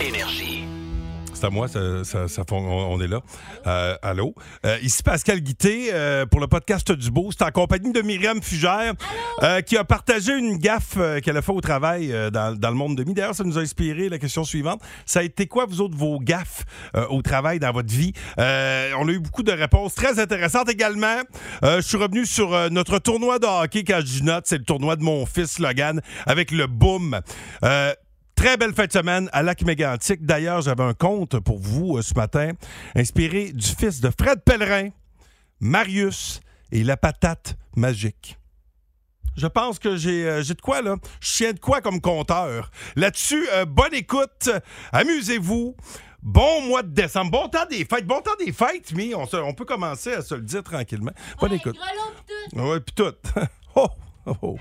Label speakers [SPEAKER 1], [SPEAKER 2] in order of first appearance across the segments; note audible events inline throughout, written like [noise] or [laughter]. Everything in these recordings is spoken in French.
[SPEAKER 1] Énergie.
[SPEAKER 2] C'est à moi, ça, ça- ça fon- on, on est là. Euh, allô? Euh, ici Pascal Guité euh, pour le podcast du Beau. C'est en compagnie de Myriam Fugère euh, qui a partagé une gaffe euh, qu'elle a fait au travail euh, dans, dans le monde de mi. D'ailleurs, ça nous a inspiré la question suivante. Ça a été quoi, vous autres, vos gaffes euh, au travail dans votre vie? Euh, on a eu beaucoup de réponses très intéressantes également. Euh, je suis revenu sur euh, notre tournoi de hockey quand je dis note. C'est le tournoi de mon fils Logan avec le boom. Euh, Très belle fin de semaine à Lac Mégantic. D'ailleurs, j'avais un conte pour vous euh, ce matin, inspiré du fils de Fred Pellerin, Marius et la patate magique. Je pense que j'ai euh, j'ai de quoi, là. Je tiens de quoi comme conteur. Là-dessus, euh, bonne écoute. Amusez-vous. Bon mois de décembre. Bon temps des fêtes. Bon temps des fêtes, mais on, se- on peut commencer à se le dire tranquillement. Bonne écoute. Ouais, puis tout. [laughs] oh, oh, oh.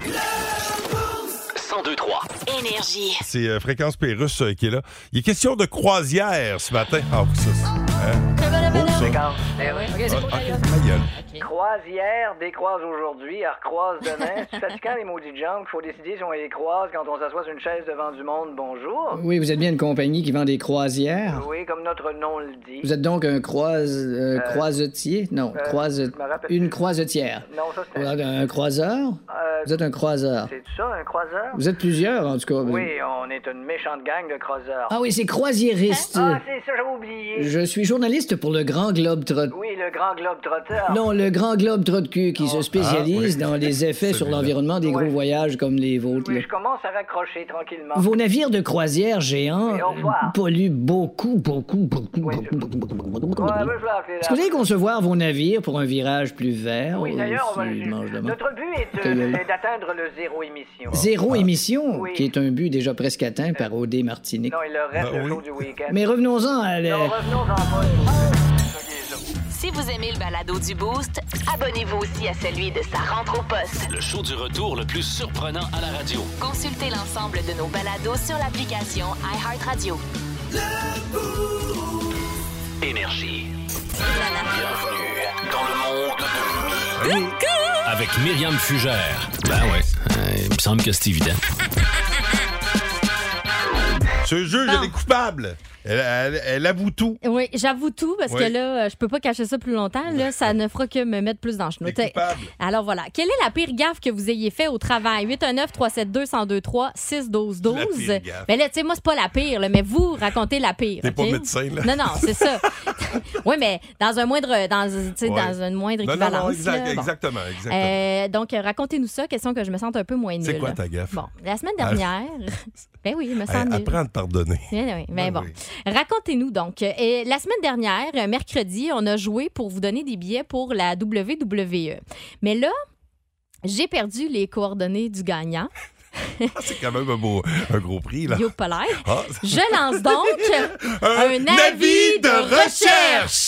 [SPEAKER 1] 1023.
[SPEAKER 3] Énergie.
[SPEAKER 2] C'est euh, Fréquence Pérusse euh, qui est là. Il est question de croisière ce matin. Ah, oui, ça, c'est- hein? Beau, ça. Ah, ok, ma gueule.
[SPEAKER 4] Croise hier, décroise aujourd'hui, elle recroise
[SPEAKER 5] [laughs]
[SPEAKER 4] demain. C'est fatigant les maudits jambes qu'il faut décider si on les croise quand on s'assoit sur une chaise devant du monde. Bonjour.
[SPEAKER 5] Oui, vous êtes bien une compagnie qui vend des croisières.
[SPEAKER 4] Oui, comme notre nom le dit.
[SPEAKER 5] Vous êtes donc un croise, euh, croisetier? Non, croise,
[SPEAKER 4] euh, je me rappelle
[SPEAKER 5] une
[SPEAKER 4] plus.
[SPEAKER 5] croisetière.
[SPEAKER 4] Non, ça
[SPEAKER 5] Vous
[SPEAKER 4] c'est un...
[SPEAKER 5] êtes un croiseur?
[SPEAKER 4] euh,
[SPEAKER 5] Vous êtes un croiseur.
[SPEAKER 4] c'est ça, un croiseur?
[SPEAKER 5] Vous êtes plusieurs, en tout cas.
[SPEAKER 4] Oui, on est une méchante gang de croiseurs.
[SPEAKER 5] Ah oui, c'est croisiériste.
[SPEAKER 4] Ah, c'est ça, j'ai oublié.
[SPEAKER 5] Je suis journaliste pour le Grand Globe Trotteur.
[SPEAKER 4] Oui, le grand globe trotteur.
[SPEAKER 5] Non, le Grand Globe Trotteur qui se spécialise
[SPEAKER 2] Ah, oui.
[SPEAKER 5] dans
[SPEAKER 4] [laughs]
[SPEAKER 5] les effets sur
[SPEAKER 2] Celui-là.
[SPEAKER 5] l'environnement des
[SPEAKER 4] Ouais.
[SPEAKER 5] gros voyages comme les vôtres. là.
[SPEAKER 4] Oui, je commence à raccrocher tranquillement.
[SPEAKER 5] Vos navires de croisière géants
[SPEAKER 4] Oui, au revoir.
[SPEAKER 5] euh, polluent beaucoup, beaucoup, beaucoup,
[SPEAKER 4] Oui, je-
[SPEAKER 5] beaucoup, beaucoup, beaucoup, beaucoup,
[SPEAKER 4] Ouais,
[SPEAKER 5] beaucoup.
[SPEAKER 4] ben, je vais appeler
[SPEAKER 5] Est-ce
[SPEAKER 4] là.
[SPEAKER 5] que vous allez concevoir vos navires pour un virage plus vert
[SPEAKER 4] Oui,
[SPEAKER 5] euh,
[SPEAKER 4] d'ailleurs, on va...
[SPEAKER 5] s'ils mangent de mort?
[SPEAKER 4] notre but est,
[SPEAKER 5] Ta gueule.
[SPEAKER 4] euh, c'est d'atteindre le zéro émission. Ah.
[SPEAKER 5] Zéro émission,
[SPEAKER 4] Oui.
[SPEAKER 5] qui est un but déjà presque atteint par O.D. Martinique.
[SPEAKER 4] Non, il leur reste
[SPEAKER 2] Ben
[SPEAKER 4] le
[SPEAKER 2] oui.
[SPEAKER 4] jour du week-end.
[SPEAKER 5] Mais revenons-en à... la-
[SPEAKER 4] Non, revenons en poste.
[SPEAKER 3] Si vous aimez le balado du Boost, abonnez-vous aussi à celui de sa rentre au poste.
[SPEAKER 1] Le show du retour le plus surprenant à la radio.
[SPEAKER 3] Consultez l'ensemble de nos balados sur l'application iHeartRadio.
[SPEAKER 1] Énergie. Bienvenue dans le monde de Mi. Avec Myriam Fugère. Ben ouais, il me semble que c'est évident.
[SPEAKER 2] Ce juge, elle est coupable. Elle, elle- elle avoue tout.
[SPEAKER 6] Oui, j'avoue tout parce
[SPEAKER 2] Oui.
[SPEAKER 6] que là, euh, je peux pas cacher ça plus longtemps. Là, ça ne fera que me mettre plus dans le
[SPEAKER 2] Elle
[SPEAKER 6] chenou.
[SPEAKER 2] est coupable.
[SPEAKER 6] Alors voilà, quelle est la pire gaffe que vous ayez fait au travail 819 372 1023 6 12 12.
[SPEAKER 2] La pire gaffe.
[SPEAKER 6] Mais là, tu sais moi c'est pas la pire, là, mais vous racontez la pire.
[SPEAKER 2] T'es pas
[SPEAKER 6] OK?
[SPEAKER 2] médecin, là.
[SPEAKER 6] Non non, c'est
[SPEAKER 2] [laughs]
[SPEAKER 6] ça. oui, mais dans un moindre dans tu sais,
[SPEAKER 2] Ouais.
[SPEAKER 6] dans une moindre
[SPEAKER 2] Non, non,
[SPEAKER 6] équivalence.
[SPEAKER 2] non, exact-
[SPEAKER 6] là. Bon.
[SPEAKER 2] exactement. exactement.
[SPEAKER 6] Euh, donc, euh, racontez-nous ça, question que je me sente un peu moins nulle.
[SPEAKER 2] C'est quoi ta gaffe?
[SPEAKER 6] Bon, la semaine
[SPEAKER 2] Ah.
[SPEAKER 6] dernière,
[SPEAKER 2] [laughs]
[SPEAKER 6] ben oui, je me
[SPEAKER 2] Hey,
[SPEAKER 6] sens nulle.
[SPEAKER 2] apprends à
[SPEAKER 6] [laughs]
[SPEAKER 2] te pardonner.
[SPEAKER 6] Oui, Eh oui, mais
[SPEAKER 2] Ben
[SPEAKER 6] bon.
[SPEAKER 2] oui.
[SPEAKER 6] Racontez-nous donc. euh, et la semaine dernière, euh, mercredi, on a joué pour vous donner des billets pour la WWE. Mais là, j'ai perdu les coordonnées du gagnant,
[SPEAKER 2] Ah, C'est quand même un, beau, un gros prix, là.
[SPEAKER 6] Yo Polaire.
[SPEAKER 2] Ah,
[SPEAKER 6] Je lance
[SPEAKER 2] [laughs]
[SPEAKER 6] donc un avis de recherche.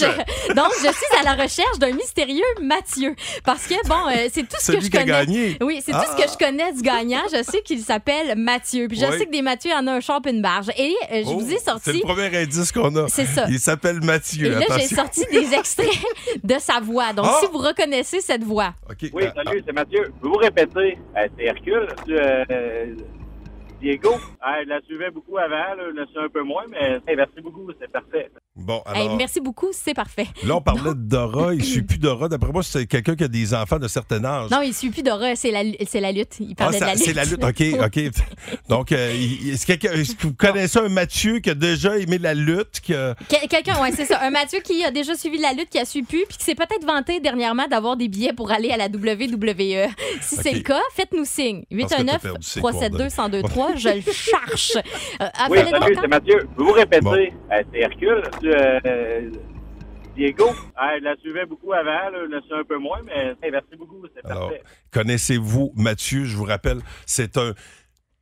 [SPEAKER 6] donc, je suis à la recherche d'un mystérieux Mathieu. Parce que, bon, euh, c'est tout ce que
[SPEAKER 2] Celui
[SPEAKER 6] je
[SPEAKER 2] qui a
[SPEAKER 6] connais.
[SPEAKER 2] gagné.
[SPEAKER 6] Oui, c'est
[SPEAKER 2] Ah.
[SPEAKER 6] tout ce que je connais du gagnant. Je sais qu'il s'appelle Mathieu. Puis je
[SPEAKER 2] Oui.
[SPEAKER 6] sais que des Mathieu, il y en a un champ et une barge. Et euh, je
[SPEAKER 2] Oh,
[SPEAKER 6] vous ai
[SPEAKER 2] C'est
[SPEAKER 6] sorti
[SPEAKER 2] le premier indice qu'on a.
[SPEAKER 6] C'est ça.
[SPEAKER 2] Il s'appelle Mathieu.
[SPEAKER 6] Et là, j'ai
[SPEAKER 2] Attention.
[SPEAKER 6] sorti
[SPEAKER 2] [laughs]
[SPEAKER 6] des extraits de sa voix. Donc,
[SPEAKER 2] Ah!
[SPEAKER 6] si vous reconnaissez cette voix,
[SPEAKER 2] OK.
[SPEAKER 7] Oui,
[SPEAKER 2] Ah,
[SPEAKER 7] salut, c'est Mathieu. Vous vous répétez, Euh, c'est Hercule, tu, euh, euh, Diego. Ah, je la suivais beaucoup avant, là, je la suis un peu moins, mais hey, merci beaucoup, c'est parfait.
[SPEAKER 2] Bon,
[SPEAKER 6] hey,
[SPEAKER 2] alors,
[SPEAKER 6] merci beaucoup, c'est parfait.
[SPEAKER 2] là, on parlait de Dora. Il
[SPEAKER 6] [laughs]
[SPEAKER 2] ne suit plus Dora. D'après moi, c'est quelqu'un qui a des enfants de certain âge.
[SPEAKER 6] Non, il suit plus Dora, c'est la, c'est la lutte. Il
[SPEAKER 2] Ah,
[SPEAKER 6] parlait
[SPEAKER 2] ça-
[SPEAKER 6] de la lutte.
[SPEAKER 2] c'est la lutte. OK,
[SPEAKER 6] [laughs]
[SPEAKER 2] OK. Donc, euh, il- est-ce, quelqu'un- est-ce que vous connaissez un Mathieu qui a déjà aimé la lutte? qui a-
[SPEAKER 6] Quel- quelqu'un, ouais, c'est ça. Un Mathieu qui a déjà suivi la lutte, qui a su plus, puis qui s'est peut-être vanté dernièrement d'avoir des billets pour aller à la WWE. [laughs] Si c'est
[SPEAKER 2] Ok.
[SPEAKER 6] le cas, faites-nous signe.
[SPEAKER 2] Parce que t'as
[SPEAKER 6] 819
[SPEAKER 2] perdu ses
[SPEAKER 6] 372
[SPEAKER 2] [laughs]
[SPEAKER 6] 1023 je le cherche. Euh,
[SPEAKER 7] Oui,
[SPEAKER 6] appelez-nous
[SPEAKER 7] salut,
[SPEAKER 6] quand-
[SPEAKER 7] c'est Mathieu. Vous vous répétez,
[SPEAKER 2] Bon.
[SPEAKER 7] Euh, c'est Hercule, tu, euh, euh, Diego. Ah, je la suivais beaucoup avant, là, je la suis un peu moins, mais hey, merci beaucoup, c'est
[SPEAKER 2] Alors,
[SPEAKER 7] parfait.
[SPEAKER 2] connaissez-vous Mathieu? Je vous rappelle, c'est un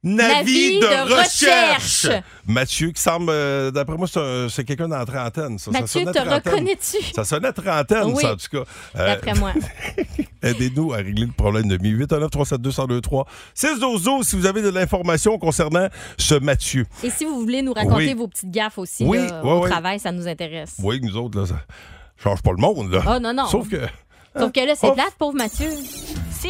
[SPEAKER 2] navi
[SPEAKER 6] Navi
[SPEAKER 2] de,
[SPEAKER 6] de
[SPEAKER 2] recherche.
[SPEAKER 6] recherche.
[SPEAKER 2] Mathieu, qui semble, euh, d'après moi, c'est, un- c'est quelqu'un dans la trentaine. Ça, ça
[SPEAKER 6] Eh, Mathieu,
[SPEAKER 2] sonnait
[SPEAKER 6] te
[SPEAKER 2] trentaine.
[SPEAKER 6] reconnais-tu?
[SPEAKER 2] Ça sonnait trentaine,
[SPEAKER 6] Oui.
[SPEAKER 2] ça, en tout cas. Euh,
[SPEAKER 6] D'après moi.
[SPEAKER 2] [laughs] Aidez-nous à régler le problème de mi. 819 372 1023 612 si vous avez de l'information concernant ce Mathieu.
[SPEAKER 6] Et si vous voulez nous raconter
[SPEAKER 2] Oui.
[SPEAKER 6] vos petites gaffes aussi
[SPEAKER 2] Oui,
[SPEAKER 6] là,
[SPEAKER 2] ouais,
[SPEAKER 6] au
[SPEAKER 2] ouais.
[SPEAKER 6] travail, ça nous intéresse.
[SPEAKER 2] Vous voyez que nous autres, là, ça change pas le monde, là.
[SPEAKER 6] Oh non, non.
[SPEAKER 2] Sauf que...
[SPEAKER 6] Sauf que là, c'est
[SPEAKER 2] Ah. Ouf.
[SPEAKER 6] plate, pauvre Mathieu.
[SPEAKER 3] Si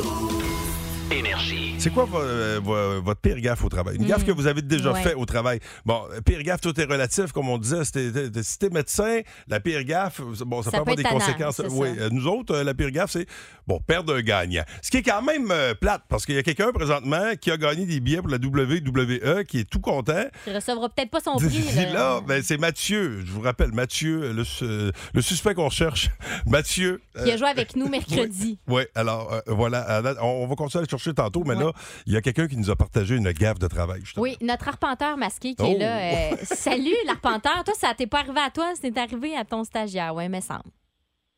[SPEAKER 1] Énergie.
[SPEAKER 2] C'est quoi vo- euh, vo- votre pire gaffe au travail? Une gaffe que vous avez déjà
[SPEAKER 6] Mm. Ouais.
[SPEAKER 2] faite au travail. Bon, pire gaffe, tout est relatif, comme on disait. Si t'es- t'es- si t'es médecin, la pire gaffe, bon, ça,
[SPEAKER 6] Ça
[SPEAKER 2] peut avoir
[SPEAKER 6] peut
[SPEAKER 2] des
[SPEAKER 6] être tannant,
[SPEAKER 2] conséquences.
[SPEAKER 6] c'est
[SPEAKER 2] Oui,
[SPEAKER 6] ça.
[SPEAKER 2] euh, nous autres, euh, la pire gaffe, c'est, bon, perdre un gagnant. Ce qui est quand même euh, plate, parce qu'il y a quelqu'un présentement qui a gagné des billets pour la WWE, qui est tout content.
[SPEAKER 6] Il recevra peut-être pas son prix.
[SPEAKER 2] Puis
[SPEAKER 6] là.
[SPEAKER 2] là, ben, c'est Mathieu. Je vous rappelle, Mathieu, le, su- le suspect qu'on cherche. Mathieu. euh,
[SPEAKER 6] Qui a joué avec nous mercredi.
[SPEAKER 2] [laughs] oui, alors euh, voilà, à date, on, on va continuer à le chercher tantôt, mais
[SPEAKER 6] Ouais.
[SPEAKER 2] là, il y a quelqu'un qui nous a partagé une gaffe de travail. justement.
[SPEAKER 6] Oui, notre arpenteur masqué qui
[SPEAKER 2] Oh!
[SPEAKER 6] est là. euh,
[SPEAKER 2] [laughs]
[SPEAKER 6] salut, l'arpenteur. Toi, ça t'est pas arrivé à toi, c'est arrivé à ton stagiaire. Ouais, mais semble.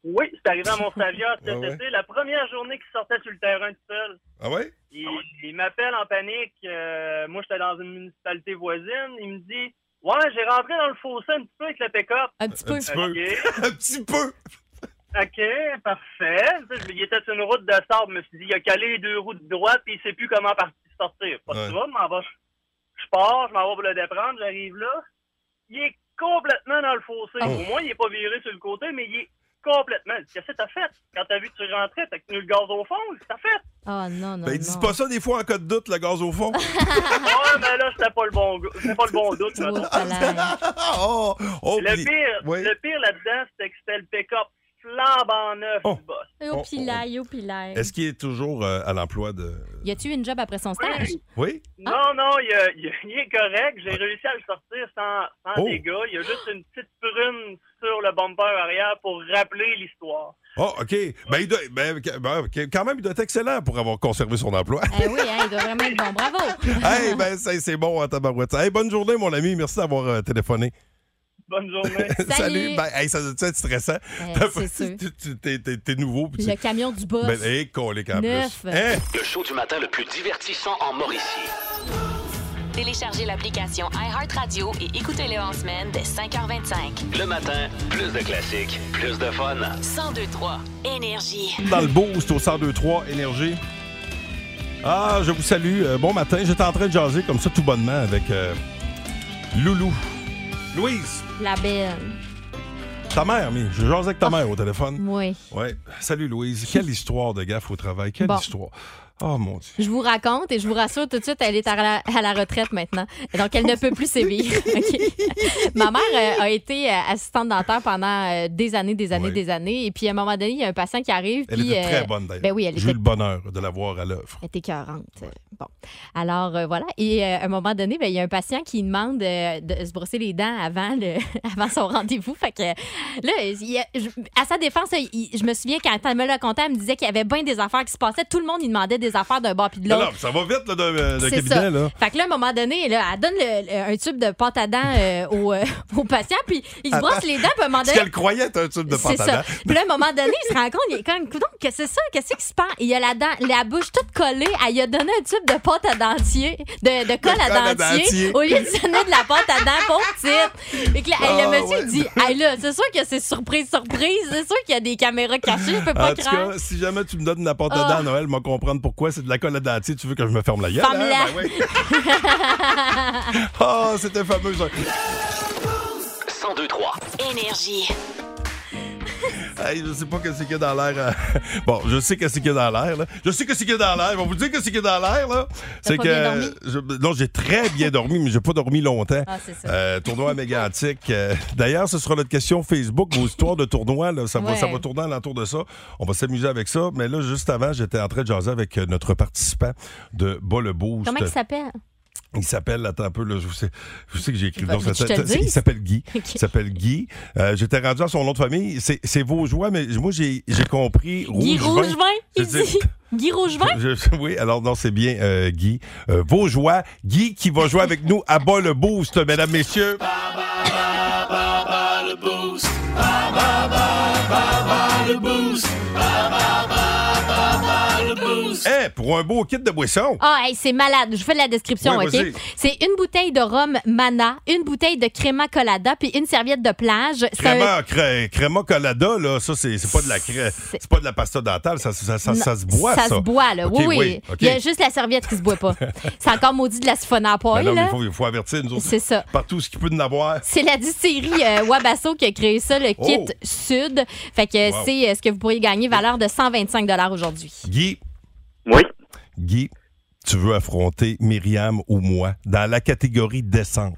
[SPEAKER 8] Oui, c'est arrivé à mon stagiaire cet
[SPEAKER 2] Ah ouais?
[SPEAKER 8] été, la première journée qu'il sortait sur le terrain tout seul.
[SPEAKER 2] Ah ouais?
[SPEAKER 8] Il, il m'appelle en panique. euh, moi, j'étais dans une municipalité voisine. Il me dit Ouais, j'ai rentré dans le fossé un petit peu avec le pick-up.
[SPEAKER 6] Un petit peu.
[SPEAKER 2] petit peu.
[SPEAKER 8] OK,
[SPEAKER 2] [laughs] Un petit peu!
[SPEAKER 8] OK, parfait. Tu sais, Il était sur une route de sable. Je me suis dit Il a calé les deux roues de droite puis il sait plus comment partir, sortir. Pas
[SPEAKER 2] Ouais.
[SPEAKER 8] de trouble, m'en va. Je pars, je m'en vais pour le déprendre. J'arrive là. Il est complètement dans le fossé.
[SPEAKER 2] Oh.
[SPEAKER 8] Au moins, il est pas viré sur le côté, mais il est complètement. Je dis, Qu'est-ce que t'as fait? Quand t'as vu que tu rentrais, t'as tenu le gaz au fond, qu'est-ce que t'as fait?
[SPEAKER 6] Oh non, non.
[SPEAKER 2] Ben,
[SPEAKER 6] non.
[SPEAKER 2] ils disent pas ça des fois en cas de doute, le gaz
[SPEAKER 6] [laughs]
[SPEAKER 2] au fond.
[SPEAKER 8] Ah, mais là, c'était pas le bon go- c'était pas le bon doute.
[SPEAKER 6] Oh,
[SPEAKER 8] mettons.
[SPEAKER 6] là.
[SPEAKER 2] [laughs] oh, oh,
[SPEAKER 8] Le
[SPEAKER 2] puis-
[SPEAKER 8] pire,
[SPEAKER 2] Oui.
[SPEAKER 8] le pire là-dedans, c'était que c'était le pick-up flambant neuf
[SPEAKER 2] Oh.
[SPEAKER 8] du boss.
[SPEAKER 6] Au pilaille, au pilaille.
[SPEAKER 2] Est-ce qu'il est toujours euh, à l'emploi de.
[SPEAKER 6] Y a-tu eu une job après son stage?
[SPEAKER 2] Oui?
[SPEAKER 8] Non, non, il, a- il [laughs] a- il est correct. J'ai réussi à le sortir sans, sans
[SPEAKER 2] Oh.
[SPEAKER 8] dégâts. Il y a juste une petite prune sur le bumper arrière pour rappeler l'histoire.
[SPEAKER 2] Oh, OK. Ben, il doit, ben, ben, quand même, il doit être excellent pour avoir conservé
[SPEAKER 6] [laughs]
[SPEAKER 2] son emploi.
[SPEAKER 6] Eh oui, hein, il doit vraiment être bon. Bravo!
[SPEAKER 2] [laughs] hey, ben, c'est c'est bon, à tabarouette. Hey, bonne journée, mon ami. Merci d'avoir euh, téléphoné. [laughs]
[SPEAKER 8] Bonne journée.
[SPEAKER 6] Salut.
[SPEAKER 2] Ben, hey, ça doit être stressant.
[SPEAKER 6] Eh,
[SPEAKER 2] T'as-
[SPEAKER 6] c'est sûr.
[SPEAKER 2] [laughs] tu- tu- T'es t'es- t'es nouveau. puis tu-
[SPEAKER 6] Le camion du boss.
[SPEAKER 2] Ben, hey, colique en
[SPEAKER 6] Neuf.
[SPEAKER 2] plus. Hein?
[SPEAKER 1] Le show du matin le plus divertissant en Mauricie.
[SPEAKER 3] Téléchargez l'application iHeartRadio et écoutez-le en semaine dès 5h25.
[SPEAKER 1] Le matin, plus de classiques, plus de fun.
[SPEAKER 3] 1023 Énergie.
[SPEAKER 2] dans le boost au 1023 Énergie. Ah, je vous salue. Euh, bon matin. J'étais en train de jaser comme ça tout bonnement avec euh, Loulou. Louise,
[SPEAKER 6] La belle.
[SPEAKER 2] ta mère, mais je jasais
[SPEAKER 6] Ah.
[SPEAKER 2] avec ta mère au téléphone.
[SPEAKER 6] Oui.
[SPEAKER 2] Ouais. Salut Louise.
[SPEAKER 6] [laughs]
[SPEAKER 2] Quelle histoire de gaffe au travail. Quelle
[SPEAKER 6] Bon.
[SPEAKER 2] histoire. Oh mon Dieu.
[SPEAKER 6] Je vous raconte et je vous rassure tout de suite, elle est à la, à la retraite maintenant. Donc, elle ne peut plus
[SPEAKER 2] [laughs]
[SPEAKER 6] sévir. OK. Ma mère euh, a été euh, assistante dentaire pendant euh, des années, des années,
[SPEAKER 2] Ouais.
[SPEAKER 6] des années. Et puis, à un moment donné, il y a un patient qui arrive.
[SPEAKER 2] Elle
[SPEAKER 6] puis,
[SPEAKER 2] était
[SPEAKER 6] euh,
[SPEAKER 2] très bonne d'ailleurs.
[SPEAKER 6] ben oui, elle
[SPEAKER 2] J'ai
[SPEAKER 6] était-
[SPEAKER 2] eu le bonheur de la voir à l'œuvre.
[SPEAKER 6] Elle est écœurante. Euh, Bon. Alors, euh, voilà. Et euh, à un moment donné, ben, il y a un patient qui demande euh, de se brosser les dents avant, le, [laughs] avant son rendez-vous. Fait que là, il y a- je- à sa défense, il- je me souviens quand elle me l'a conté, elle me disait qu'il y avait bien des affaires qui se passaient. Tout le monde, il demandait des affaires d'un bord puis de
[SPEAKER 2] Non,
[SPEAKER 6] l'autre.
[SPEAKER 2] non, ça va vite, là, de, euh, le
[SPEAKER 6] C'est
[SPEAKER 2] cabinet,
[SPEAKER 6] ça.
[SPEAKER 2] là.
[SPEAKER 6] Fait que là, à un moment donné, là, elle donne le- le- un tube de pâte à dents euh, au, euh, [laughs] au patient, puis il se brosse les dents, puis à un moment
[SPEAKER 2] Ce
[SPEAKER 6] donné.
[SPEAKER 2] [laughs] qu'elle croyait être un tube de
[SPEAKER 6] C'est ça.
[SPEAKER 2] pantalon.
[SPEAKER 6] Puis là, à un moment donné, il se rend compte, il est comme, coudonc, qu'est-ce que c'est ça? Qu'est-ce qui se passe? Il a la, dent, la bouche toute collée. Elle lui a donné un tube de pâte à dentier, de, de colle
[SPEAKER 2] colle à
[SPEAKER 6] à
[SPEAKER 2] dentier.
[SPEAKER 6] dentier, au lieu de donner de la pâte à dents pour petite. Et que là, hey,
[SPEAKER 2] Ah,
[SPEAKER 6] le monsieur
[SPEAKER 2] ouais.
[SPEAKER 6] il dit, hey, là, c'est sûr que c'est surprise, surprise. C'est sûr qu'il y a des caméras cachées, je peux
[SPEAKER 2] En
[SPEAKER 6] pas
[SPEAKER 2] tout
[SPEAKER 6] craindre.
[SPEAKER 2] cas, si jamais tu me donnes la pâte à
[SPEAKER 6] Ah.
[SPEAKER 2] dents, Noël, m'a comprendre pourquoi c'est de la colle à dentier, tu veux que je me ferme la gueule.
[SPEAKER 6] Ferme-la.
[SPEAKER 2] hein? Ben oui. oh, c'était fameux. ça.
[SPEAKER 1] 1023.
[SPEAKER 3] Énergie.
[SPEAKER 2] Hey, je sais pas que c'est qu'il y a dans l'air. euh, Bon, je sais que c'est qu'il y a dans l'air. là. Je sais que c'est qu'il y a dans l'air. On vous dire que c'est qu'il y a dans l'air. là. C'est
[SPEAKER 6] pas
[SPEAKER 2] que.
[SPEAKER 6] bien dormi?
[SPEAKER 2] je- Non, j'ai très bien dormi, mais j'ai pas dormi longtemps.
[SPEAKER 6] Ah, c'est ça.
[SPEAKER 2] Euh, tournoi mégantique. Euh, D'ailleurs, ce sera notre question Facebook, vos histoires de tournois. là, ça, va,
[SPEAKER 6] Ouais.
[SPEAKER 2] ça va tourner alentour de ça. On va s'amuser avec ça. Mais là, juste avant, j'étais en train de jaser avec euh, notre participant de Bas le Boost.
[SPEAKER 6] Comment il s'appelle?
[SPEAKER 2] Il s'appelle, attends un peu, là, je, vous sais, je sais que j'ai écrit le
[SPEAKER 6] Bah,
[SPEAKER 2] nom.
[SPEAKER 6] veux-tu
[SPEAKER 2] ça-
[SPEAKER 6] que je te le
[SPEAKER 2] ça- Il
[SPEAKER 6] dise?
[SPEAKER 2] s'appelle Guy.
[SPEAKER 6] [laughs] Ok.
[SPEAKER 2] Il s'appelle Guy. Euh, J'étais rendu à son nom de famille. C'est c'est Vaugeois, mais moi, j'ai j'ai compris.
[SPEAKER 6] Guy
[SPEAKER 2] Rougevin.
[SPEAKER 6] Rougevin, il
[SPEAKER 2] Je dis- [laughs]
[SPEAKER 6] dit. [laughs] Guy Rougevin?
[SPEAKER 2] Je- oui, alors non, c'est bien euh, Guy. Euh, Vaugeois, Guy qui va jouer avec nous à bas le boost, mesdames, messieurs. Eh, pour un beau kit de boisson.
[SPEAKER 6] Ah, hey, c'est malade. Je vous fais la description,
[SPEAKER 2] Ouais, vas-y.
[SPEAKER 6] OK? C'est une bouteille de rhum mana, une bouteille de crema colada, puis une serviette de plage. C'est un-
[SPEAKER 2] Créma, cré- créma colada, là, ça, c'est c'est pas de la cré- c'est pas de la pasta dentale, ça, ça, ça, ça se boit, ça.
[SPEAKER 6] se boit, là.
[SPEAKER 2] OK,
[SPEAKER 6] oui, oui.
[SPEAKER 2] OK.
[SPEAKER 6] Il y a juste la serviette qui se boit
[SPEAKER 2] [laughs]
[SPEAKER 6] pas. c'est encore maudit de la siphonne à
[SPEAKER 2] Ben
[SPEAKER 6] poil,
[SPEAKER 2] non, mais
[SPEAKER 6] là.
[SPEAKER 2] il faut, il faut avertir, nous autres,
[SPEAKER 6] hein? C'est ça.
[SPEAKER 2] par tout ce qu'il peut en avoir.
[SPEAKER 6] C'est la distillerie euh, Wabasso qui a créé ça, le kit
[SPEAKER 2] Oh.
[SPEAKER 6] Sud. Fait que euh,
[SPEAKER 2] Wow.
[SPEAKER 6] c'est euh, ce que vous pourriez gagner, valeur de 125 aujourd'hui.
[SPEAKER 2] Guy,
[SPEAKER 7] Oui.
[SPEAKER 2] Guy, tu veux affronter Myriam ou moi dans la catégorie décembre.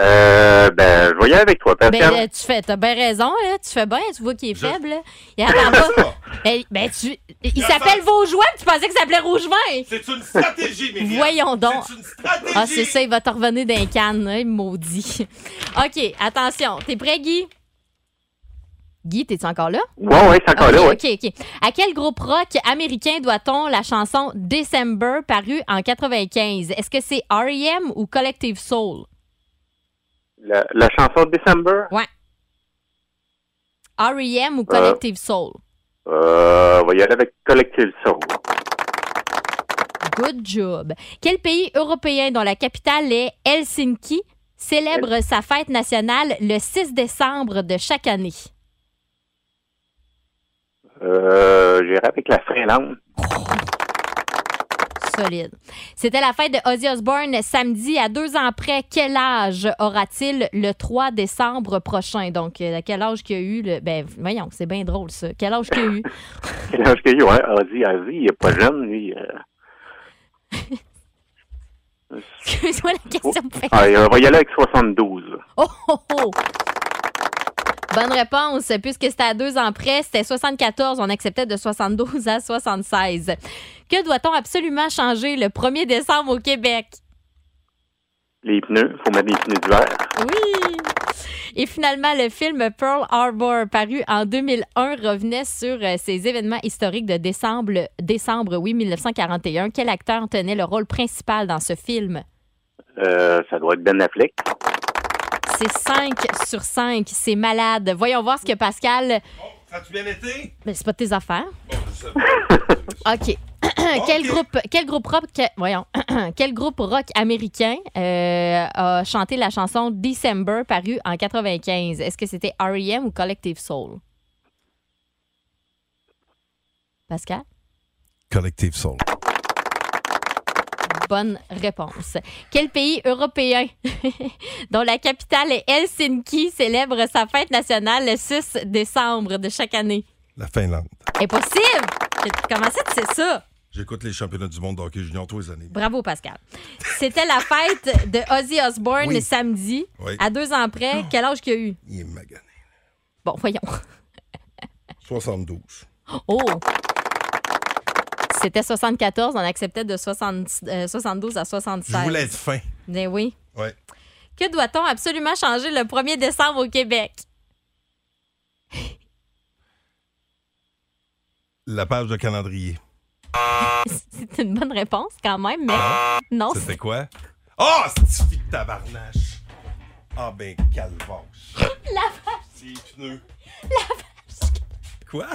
[SPEAKER 7] Euh, ben, je voyais avec toi, parce
[SPEAKER 6] Ben, euh, tu fais, t'as bien raison, là. Tu fais bien, tu vois qu'il est faible, là. Il attend pas. Ben, ben, tu, il s'appelle Vaujoie, puis tu pensais que ça s'appelait Rougevin.
[SPEAKER 2] C'est une stratégie,
[SPEAKER 6] Myriam. Voyons donc. C'est
[SPEAKER 2] une stratégie.
[SPEAKER 6] Ah, c'est ça, il va te revenir d'un canne, hein, maudit. [laughs] OK, attention. T'es prêt, Guy? Guy, t'es-tu encore là?
[SPEAKER 7] Ouais, ouais, c'est encore là,
[SPEAKER 6] Ok,
[SPEAKER 7] ouais.
[SPEAKER 6] OK, OK. À quel groupe rock américain doit-on la chanson December parue en 95? Est-ce que c'est R.E.M. ou Collective Soul?
[SPEAKER 7] La, la chanson de December?
[SPEAKER 6] R.E.M. E ou Collective Soul?
[SPEAKER 7] Euh, on va y aller avec Collective Soul.
[SPEAKER 6] Good job. Quel pays européen dont la capitale est Helsinki célèbre sa fête nationale le 6 décembre de chaque année?
[SPEAKER 7] Euh, j'irai avec la Finlande.
[SPEAKER 6] Solide. C'était la fête de Ozzy Osbourne samedi. À deux ans près, quel âge aura-t-il le 3 décembre prochain? Donc, euh, quel âge qu'il a eu? Le... Ben, voyons, c'est bien drôle, ça. Quel âge qu'il a eu? [laughs]
[SPEAKER 7] [laughs] Quel âge qu'il a, hein? Ozzy, Ozzy, il est pas jeune, lui. euh.
[SPEAKER 6] Excuse-moi la question.
[SPEAKER 7] Ah, on va y aller avec 72.
[SPEAKER 6] Oh, oh, oh. Bonne réponse. Puisque c'était à deux ans près, c'était 74. On acceptait de 72 à 76. Que doit-on absolument changer le 1er décembre au Québec?
[SPEAKER 7] Les pneus, faut mettre les pneus d'hiver.
[SPEAKER 6] Oui! Et finalement, le film Pearl Harbor, paru en 2001, revenait sur euh, ces événements historiques de décembre, décembre oui, 1941. Quel acteur tenait le rôle principal dans ce film?
[SPEAKER 7] Euh, ça doit être Ben Affleck.
[SPEAKER 6] C'est 5 sur 5. C'est malade. Voyons voir ce que Pascal...
[SPEAKER 2] tu bien été?
[SPEAKER 6] Mais Ben, c'est pas de tes affaires.
[SPEAKER 2] Bon, je sais.
[SPEAKER 6] [laughs] OK. [clears throat] quel,
[SPEAKER 2] Ok.
[SPEAKER 6] groupe, quel groupe rock... Voyons. [clears throat] quel groupe rock américain euh, a chanté la chanson December, paru en 95? Est-ce que c'était R.E.M. ou Collective Soul? Pascal?
[SPEAKER 2] Collective Soul.
[SPEAKER 6] Bonne réponse. Quel pays européen [laughs] dont la capitale est Helsinki célèbre sa fête nationale le 6 décembre de chaque année?
[SPEAKER 2] La Finlande.
[SPEAKER 6] Impossible! Comment ça tu sais ça?
[SPEAKER 2] J'écoute les championnats du monde de hockey junior tous les années.
[SPEAKER 6] Bravo, Pascal. C'était la fête de Ozzy Osbourne
[SPEAKER 2] Oui.
[SPEAKER 6] samedi.
[SPEAKER 2] Oui.
[SPEAKER 6] À deux ans près, quel âge qu'il a eu?
[SPEAKER 2] Il est magané.
[SPEAKER 6] Bon, voyons.
[SPEAKER 2] 72.
[SPEAKER 6] Oh! C'était 74, on acceptait de 60 euh, 72 à 76.
[SPEAKER 2] Je voulais être fin.
[SPEAKER 6] Mais oui.
[SPEAKER 2] Ouais.
[SPEAKER 6] Que doit-on absolument changer le 1er décembre au Québec? [laughs]
[SPEAKER 2] La page de calendrier.
[SPEAKER 6] C'est une bonne réponse quand même, mais non.
[SPEAKER 2] C'était quoi? Ah, oh, c'est de tabarnache. Ah, ben, calvache. La vache. C'est pneus. La vache. Quoi?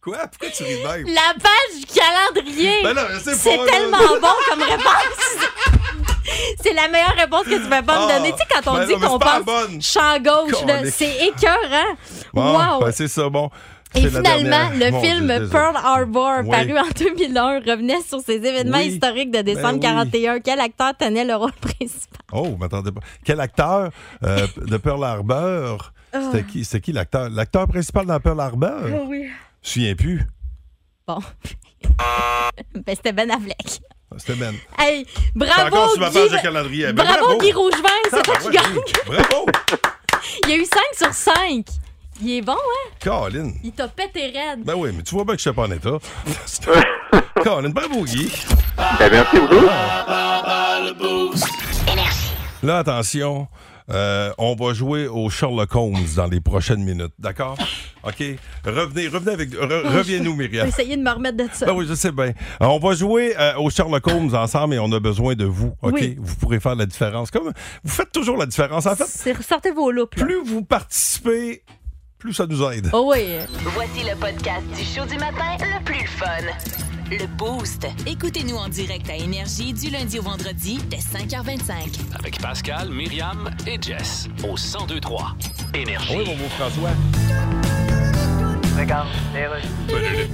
[SPEAKER 2] Quoi? Pourquoi tu ris de même?
[SPEAKER 6] La page du calendrier!
[SPEAKER 2] Ben non, je sais pas.
[SPEAKER 6] C'est
[SPEAKER 2] là.
[SPEAKER 6] tellement bon comme réponse. [laughs] C'est la meilleure réponse que tu peux pas me
[SPEAKER 2] Ah,
[SPEAKER 6] donner. Tu sais, quand on
[SPEAKER 2] ben
[SPEAKER 6] dit
[SPEAKER 2] non, mais
[SPEAKER 6] qu'on
[SPEAKER 2] c'est pas
[SPEAKER 6] pense
[SPEAKER 2] la bonne.
[SPEAKER 6] champ gauche, là,
[SPEAKER 2] Colique.
[SPEAKER 6] c'est écœurant.
[SPEAKER 2] Bon,
[SPEAKER 6] wow!
[SPEAKER 2] ben, c'est ça, bon.
[SPEAKER 6] Et
[SPEAKER 2] C'est la
[SPEAKER 6] finalement,
[SPEAKER 2] dernière.
[SPEAKER 6] le
[SPEAKER 2] Mon
[SPEAKER 6] film
[SPEAKER 2] Dieu, désolé.
[SPEAKER 6] Pearl Harbor,
[SPEAKER 2] Oui.
[SPEAKER 6] paru en 2001, revenait sur ces événements
[SPEAKER 2] Oui. Ben
[SPEAKER 6] historiques de décembre
[SPEAKER 2] oui.
[SPEAKER 6] 41. Quel acteur tenait le rôle [laughs] principal?
[SPEAKER 2] Oh, m'attendez pas. Quel acteur
[SPEAKER 6] [laughs]
[SPEAKER 2] euh, de Pearl Harbor? C'était qui, c'était qui l'acteur? L'acteur principal dans Pearl Harbor? Je me
[SPEAKER 6] Oh. oui.
[SPEAKER 2] souviens plus.
[SPEAKER 6] Bon. ben, c'était Ben Affleck.
[SPEAKER 2] C'était Ben.
[SPEAKER 6] Hey,
[SPEAKER 2] T'es encore
[SPEAKER 6] bravo,
[SPEAKER 2] sur ma
[SPEAKER 6] Guy...
[SPEAKER 2] page de calendrier. Ben,
[SPEAKER 6] bravo, Guy Rougevin, c'est toi qui
[SPEAKER 2] Tabarouette,
[SPEAKER 6] gagne.
[SPEAKER 2] oui. Ah, Bravo!
[SPEAKER 6] Il y a eu 5 sur 5. Il est bon, hein?
[SPEAKER 2] Colin.
[SPEAKER 6] Il t'a pété raide.
[SPEAKER 2] Ben oui, mais tu vois bien que je ne suis pas en
[SPEAKER 7] [laughs]
[SPEAKER 2] état. Colin, bravo Guy.
[SPEAKER 7] Ben, merci beaucoup.
[SPEAKER 2] Là, attention, euh, on va jouer au Sherlock Holmes dans les prochaines minutes, d'accord? OK. Revenez, revenez avec... re- reviens-nous, Myriam.
[SPEAKER 6] Essayez de me remettre de ça.
[SPEAKER 2] Ben oui, je sais bien. Euh, On va jouer euh, au Sherlock Holmes ensemble et on a besoin de vous, OK?
[SPEAKER 6] Oui.
[SPEAKER 2] Vous pourrez faire la différence. Comme vous faites toujours la différence. En fait,
[SPEAKER 6] C'est- Sortez vos loupes. là.
[SPEAKER 2] plus vous participez plus ça nous aide.
[SPEAKER 6] Oh oui.
[SPEAKER 3] Voici le podcast du show du matin le plus fun. Le Boost. Écoutez-nous en direct à Énergie du lundi au vendredi dès 5h25.
[SPEAKER 1] Avec Pascal, Myriam et Jess au 1023
[SPEAKER 2] Oui,
[SPEAKER 1] Énergie.
[SPEAKER 2] mon beau François.
[SPEAKER 4] Regarde, les rues.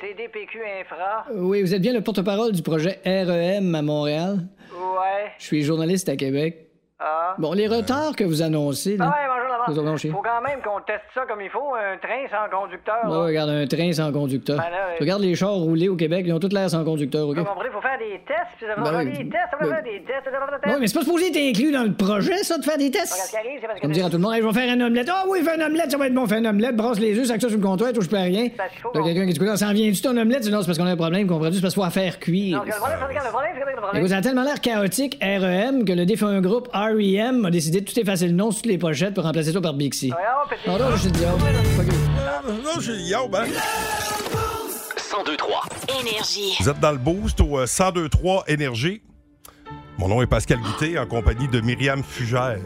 [SPEAKER 4] CDPQ Infra.
[SPEAKER 5] Oui, vous êtes bien le porte-parole du projet REM à Montréal.
[SPEAKER 4] Ouais.
[SPEAKER 5] Je suis journaliste à Québec.
[SPEAKER 4] Ah.
[SPEAKER 5] Bon, les retards que vous annoncez,
[SPEAKER 4] Ah
[SPEAKER 5] là.
[SPEAKER 4] ouais, bonjour
[SPEAKER 5] Nous allons
[SPEAKER 4] d'avance.
[SPEAKER 5] chier.
[SPEAKER 4] Faut quand même qu'on teste ça comme il faut, un train sans conducteur.
[SPEAKER 5] Ouais,
[SPEAKER 4] là.
[SPEAKER 5] ouais, regarde, un train sans conducteur.
[SPEAKER 4] Ben là, ouais. Ah,
[SPEAKER 5] Regarde les chars roulés au Québec, ils ont toutes l'air sans conducteur, OK?
[SPEAKER 4] Vous comprenez, faut faire des tests, puis ça va
[SPEAKER 5] Ben
[SPEAKER 4] faire
[SPEAKER 5] oui.
[SPEAKER 4] des tests, ça va
[SPEAKER 5] Ben-
[SPEAKER 4] faire des tests, ça va faire des
[SPEAKER 5] Oui,
[SPEAKER 4] tests.
[SPEAKER 5] mais c'est pas supposé être inclus dans le projet, ça, de faire des tests?
[SPEAKER 4] Regarde, ce qui arrive, c'est parce que
[SPEAKER 5] Comme dire à tout le monde, Hey, je vais faire un omelette. Ah oui, fais un omelette, ça va être bon, fais un omelette, brasse les œufs, sac ça sur le comptoir, touche pas à rien.
[SPEAKER 4] Parce qu'il faut
[SPEAKER 5] T'as
[SPEAKER 4] qu'on-
[SPEAKER 5] quelqu'un qui dit, Coudonc, ça en vient-tu ton omelette? Non, c'est parce qu'on a un problème, comprends-tu? C'est parce qu'il faut la faire cuire.
[SPEAKER 4] Non, regarde, le problème, c'est- regarde, le problème, c'est- regarde, le problème.
[SPEAKER 5] Écoute, ça a tellement l'air chaotique, REM, que le défunt groupe REM a décidé de tout effacer le nom sur toutes les pochettes pour remplacer ça par Bixi.
[SPEAKER 4] Regarde, petit-
[SPEAKER 5] Pardon, je suis dit, oh, fuck you.
[SPEAKER 2] Ah, Non, j'ai yo, ben.
[SPEAKER 1] 1023
[SPEAKER 3] Énergie.
[SPEAKER 2] Vous êtes dans le boost au euh, 1023 Énergie. Mon nom est Pascal Guité en compagnie de Myriam Fugère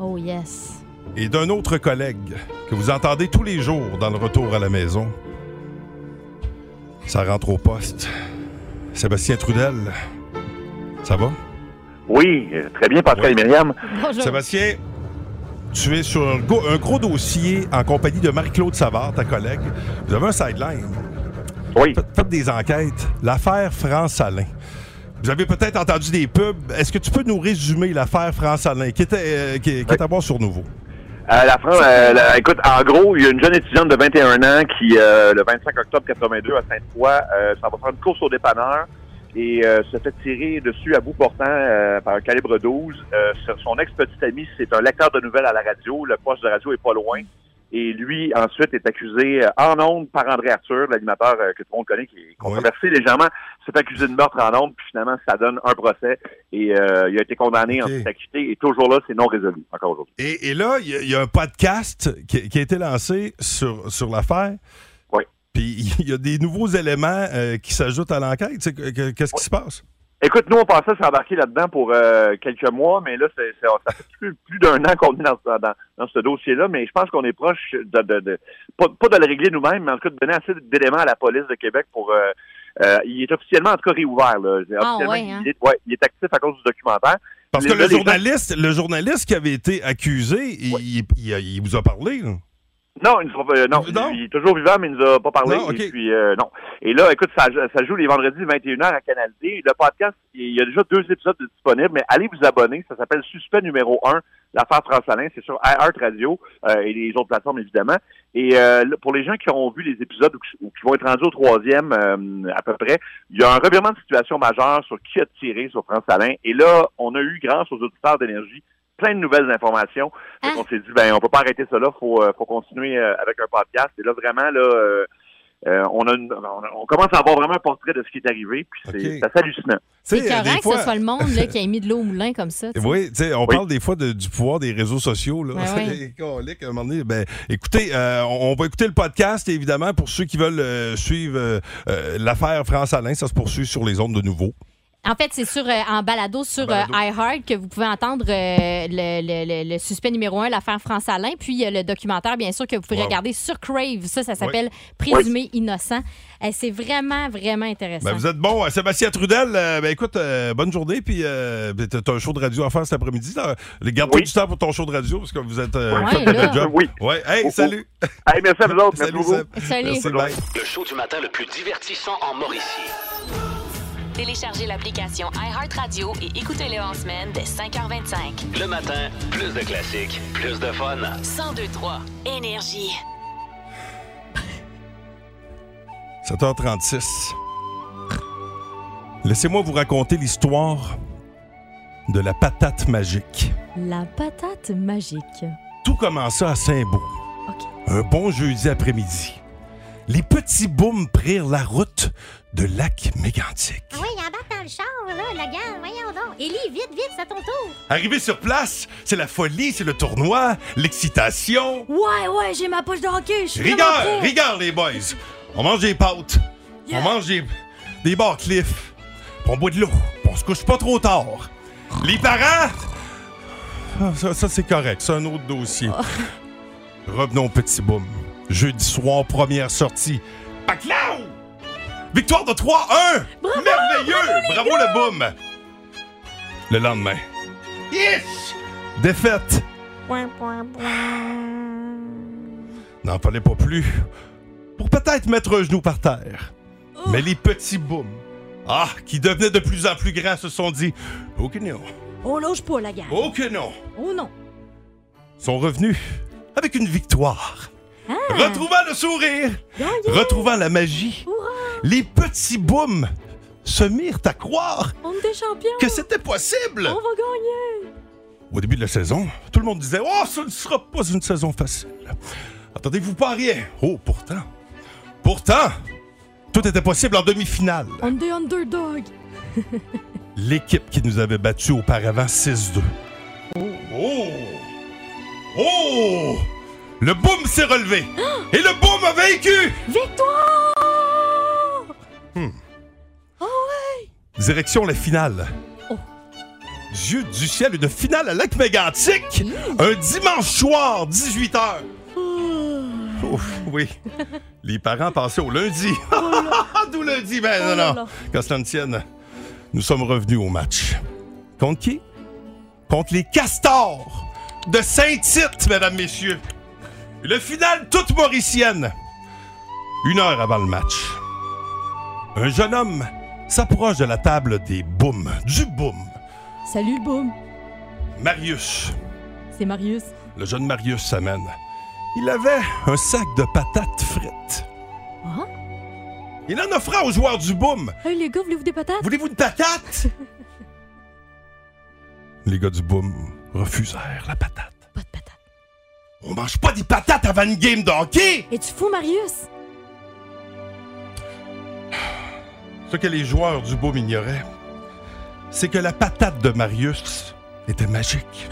[SPEAKER 6] Oh yes.
[SPEAKER 2] et d'un autre collègue que vous entendez tous les jours dans le retour à la maison. Ça rentre au poste. Sébastien Trudel, ça va?
[SPEAKER 7] Oui, euh, très bien, Pascal et Myriam.
[SPEAKER 6] Bonjour.
[SPEAKER 2] Sébastien, tu es sur un, go- un gros dossier en compagnie de Marie-Claude Savard, ta collègue. Vous avez un sideline.
[SPEAKER 7] Oui.
[SPEAKER 2] Faites- Faites des enquêtes. L'affaire France-Alain. Vous avez peut-être entendu des pubs. Est-ce que tu peux nous résumer l'affaire France-Alain, qui, était, euh, qui, qui est à voir sur Nouveau?
[SPEAKER 7] Euh, la France, euh, la- écoute, en gros, il y a une jeune étudiante de 21 ans qui, euh, le 25 octobre 82 à Sainte-Foy, euh, s'en va faire une course au dépanneur et euh, se fait tirer dessus à bout portant euh, par un calibre 12. Euh, son- son ex-petit ami, c'est un lecteur de nouvelles à la radio. Le poste de radio est pas loin. Et lui, ensuite, est accusé euh, en ondes par André Arthur, l'animateur euh, que tout le monde connaît, qui est controversé légèrement, s'est accusé de meurtre en ondes, puis finalement, ça donne un procès. Et euh, il a été condamné,
[SPEAKER 2] Ok.
[SPEAKER 7] ensuite acquitté, et toujours là, c'est non résolu, encore aujourd'hui.
[SPEAKER 2] Et, et là, il y, a- il y a un podcast qui, qui a été lancé sur, sur l'affaire.
[SPEAKER 7] Oui.
[SPEAKER 2] Puis [laughs] il y a des nouveaux éléments euh, qui s'ajoutent à l'enquête. C'est que- que- Qu'est-ce qui se passe?
[SPEAKER 7] Écoute, nous, on pensait s'embarquer là-dedans pour euh, quelques mois, mais là, c'est, c'est- ça fait plus, plus d'un an qu'on est dans, ce- dans, dans ce dossier-là, mais je pense qu'on est proche de, de, de- pas, pas de le régler nous-mêmes, mais en tout cas de donner assez d'éléments à la police de Québec pour... euh, euh, il est officiellement, en tout cas, réouvert. Là.
[SPEAKER 6] Ah,
[SPEAKER 7] Officiellement,
[SPEAKER 6] ouais, hein?
[SPEAKER 7] il, est, ouais, il est actif à cause du documentaire.
[SPEAKER 2] Parce
[SPEAKER 7] Les-
[SPEAKER 2] que
[SPEAKER 7] là,
[SPEAKER 2] le
[SPEAKER 7] les gens-
[SPEAKER 2] journaliste, le journaliste qui avait été accusé, il, il- il a- il vous a parlé. là.
[SPEAKER 7] Non, il, nous a- euh, non,
[SPEAKER 2] Non?
[SPEAKER 7] il est toujours vivant, mais il nous a pas parlé.
[SPEAKER 2] Non, ok.
[SPEAKER 7] et puis, euh, non. Et là, écoute, ça, ça joue les vendredis 21h à Canal D. Le podcast, il y a déjà deux épisodes de disponibles, mais allez vous abonner. Ça s'appelle Suspect numéro 1, l'affaire France-Alain. C'est sur iHeart Radio euh, et les autres plateformes, évidemment. Et euh, là, pour les gens qui auront vu les épisodes ou qui, ou qui vont être rendus au troisième euh, à peu près, il y a un revirement de situation majeur sur qui a tiré sur France-Alain. Et là, on a eu, grâce aux auditeurs d'énergie, plein de nouvelles informations.
[SPEAKER 6] Hein?
[SPEAKER 7] On s'est dit, ben, on peut pas arrêter ça là, faut, euh, faut continuer euh, avec un podcast. Et là, vraiment, là, euh, euh, on, a une- on a- on commence à avoir vraiment un portrait de ce qui est arrivé, puis c'est
[SPEAKER 2] Ok.
[SPEAKER 7] c'est assez
[SPEAKER 2] Tu
[SPEAKER 7] hallucinant.
[SPEAKER 6] C'est
[SPEAKER 2] sais, euh, des
[SPEAKER 6] correct que
[SPEAKER 2] fois-
[SPEAKER 6] ce soit le monde là, qui a mis de l'eau au moulin comme ça. tu sais.
[SPEAKER 2] Oui, tu sais, on
[SPEAKER 7] Oui.
[SPEAKER 2] parle des fois de- du pouvoir des réseaux sociaux. Là.
[SPEAKER 6] Ben oui.
[SPEAKER 2] [laughs] Les coliques, à un moment donné, ben, écoutez, euh, on, on va écouter le podcast, évidemment, pour ceux qui veulent euh, suivre euh, euh, l'affaire France-Alain. Ça se poursuit sur les ondes de nouveau.
[SPEAKER 6] En fait, c'est sur euh, en balado sur euh,
[SPEAKER 2] balado.
[SPEAKER 6] iHeart que vous pouvez entendre euh, le, le- le- le suspect numéro un, l'affaire France Alain, puis il y a le documentaire bien sûr que vous pouvez
[SPEAKER 2] Wow.
[SPEAKER 6] regarder sur Crave. Ça, ça s'appelle Présumé innocent. Euh, c'est vraiment vraiment intéressant.
[SPEAKER 2] Ben, vous êtes bon, euh, Sébastien Trudel. euh, ben, écoute, euh, bonne journée. Puis, euh, ben, t'as t'as un show de radio à faire cet après-midi. là. Garde-toi
[SPEAKER 7] Oui.
[SPEAKER 2] du temps pour ton show de radio parce que vous êtes. euh,
[SPEAKER 6] Ouais,
[SPEAKER 2] vous faites
[SPEAKER 6] là.
[SPEAKER 2] votre job.
[SPEAKER 7] Oui.
[SPEAKER 2] Ouais. Hey,
[SPEAKER 7] Oh, oh.
[SPEAKER 2] salut.
[SPEAKER 7] Hey, merci à vous autres.
[SPEAKER 2] [laughs]
[SPEAKER 7] Merci
[SPEAKER 2] Salut,
[SPEAKER 7] beaucoup.
[SPEAKER 2] Seb.
[SPEAKER 6] Salut.
[SPEAKER 2] Merci,
[SPEAKER 7] Bonjour.
[SPEAKER 2] bye.
[SPEAKER 1] Le show du matin le plus divertissant en Mauricie.
[SPEAKER 3] Téléchargez l'application iHeartRadio et écoutez-le en semaine dès 5h25.
[SPEAKER 1] Le matin, plus de classiques, plus de fun.
[SPEAKER 3] 1023 Énergie.
[SPEAKER 2] 7h36. Laissez-moi vous raconter l'histoire de la patate magique.
[SPEAKER 6] La patate magique.
[SPEAKER 2] Tout commença à Saint-Beau.
[SPEAKER 6] Ok.
[SPEAKER 2] Un bon jeudi après-midi. Les petits booms prirent la route de lac mégantic.
[SPEAKER 9] Ah oui, il embarque dans le char, là, le gars, voyons donc. Élie, vite, vite, c'est à ton tour.
[SPEAKER 2] Arrivé sur place, c'est la folie, c'est le tournoi, l'excitation.
[SPEAKER 6] Ouais ouais, j'ai ma poche de hockey. Je suis
[SPEAKER 2] Rigueur, rigueur les boys. On mange des pâtes, on mange des, des barcliffs, puis on boit de l'eau, puis on se couche pas trop tard. Les parents... Ah, ça, ça, c'est correct, c'est un autre dossier. Revenons au petit boom. Jeudi soir, première sortie. Paclaou! Victoire de 3-1! Merveilleux! Bravo, le boom! Le lendemain. Yes! Défaite. N'en fallait pas plus. Pour peut-être mettre un genou par terre. Mais les petits booms, ah, qui devenaient de plus en plus grands, se sont dit Oh que non,
[SPEAKER 6] On loge pas, la gang.
[SPEAKER 2] oh que non,
[SPEAKER 6] Oh non.
[SPEAKER 2] sont revenus avec une victoire.
[SPEAKER 6] Ah,
[SPEAKER 2] Retrouvant le sourire,
[SPEAKER 6] Yeah,
[SPEAKER 2] retrouvant la magie, les petits booms se mirent à croire
[SPEAKER 6] On était champions.
[SPEAKER 2] que c'était possible.
[SPEAKER 6] On va gagner.
[SPEAKER 2] Au début de la saison, tout le monde disait Oh, ce ne sera pas une saison facile. Attendez-vous pas à rien. Oh, pourtant, pourtant, tout était possible en demi-finale.
[SPEAKER 6] On était underdog.
[SPEAKER 2] L'équipe qui nous avait battus auparavant 6-2. Oh! Oh! Le boom s'est relevé!
[SPEAKER 6] Ah!
[SPEAKER 2] Et le boom a vaincu!
[SPEAKER 6] Victoire!
[SPEAKER 2] Direction la finale.
[SPEAKER 6] Oh.
[SPEAKER 2] Dieu du ciel, une finale à lac mégantic! Un dimanche soir, 18h! Ouf, [laughs] oui. Les parents pensaient au lundi. D'où lundi,
[SPEAKER 6] Oh
[SPEAKER 2] ben
[SPEAKER 6] là
[SPEAKER 2] non,
[SPEAKER 6] là.
[SPEAKER 2] non. Qu'à cela ne tienne, nous sommes revenus au match. Contre qui? Contre les Castors de Saint-Tite, mesdames, messieurs. Le final toute mauricienne. Une heure avant le match, un jeune homme s'approche de la table des boums, du boom.
[SPEAKER 6] Salut, le boom.
[SPEAKER 2] Marius,
[SPEAKER 6] C'est Marius.
[SPEAKER 2] le jeune Marius s'amène. Il avait un sac de patates frites.
[SPEAKER 6] Ah?
[SPEAKER 2] Il en offra aux joueurs du boom.
[SPEAKER 6] Hey, les gars, voulez-vous des patates?
[SPEAKER 2] Voulez-vous une patate? Les gars du boom refusèrent la patate.
[SPEAKER 6] Pas de patates.
[SPEAKER 2] On mange pas des patates avant une game de hockey!
[SPEAKER 6] Es-tu fou, Marius?
[SPEAKER 2] Ce que les joueurs du boom ignoraient, c'est que la patate de Marius
[SPEAKER 6] [gasps]
[SPEAKER 2] était magique.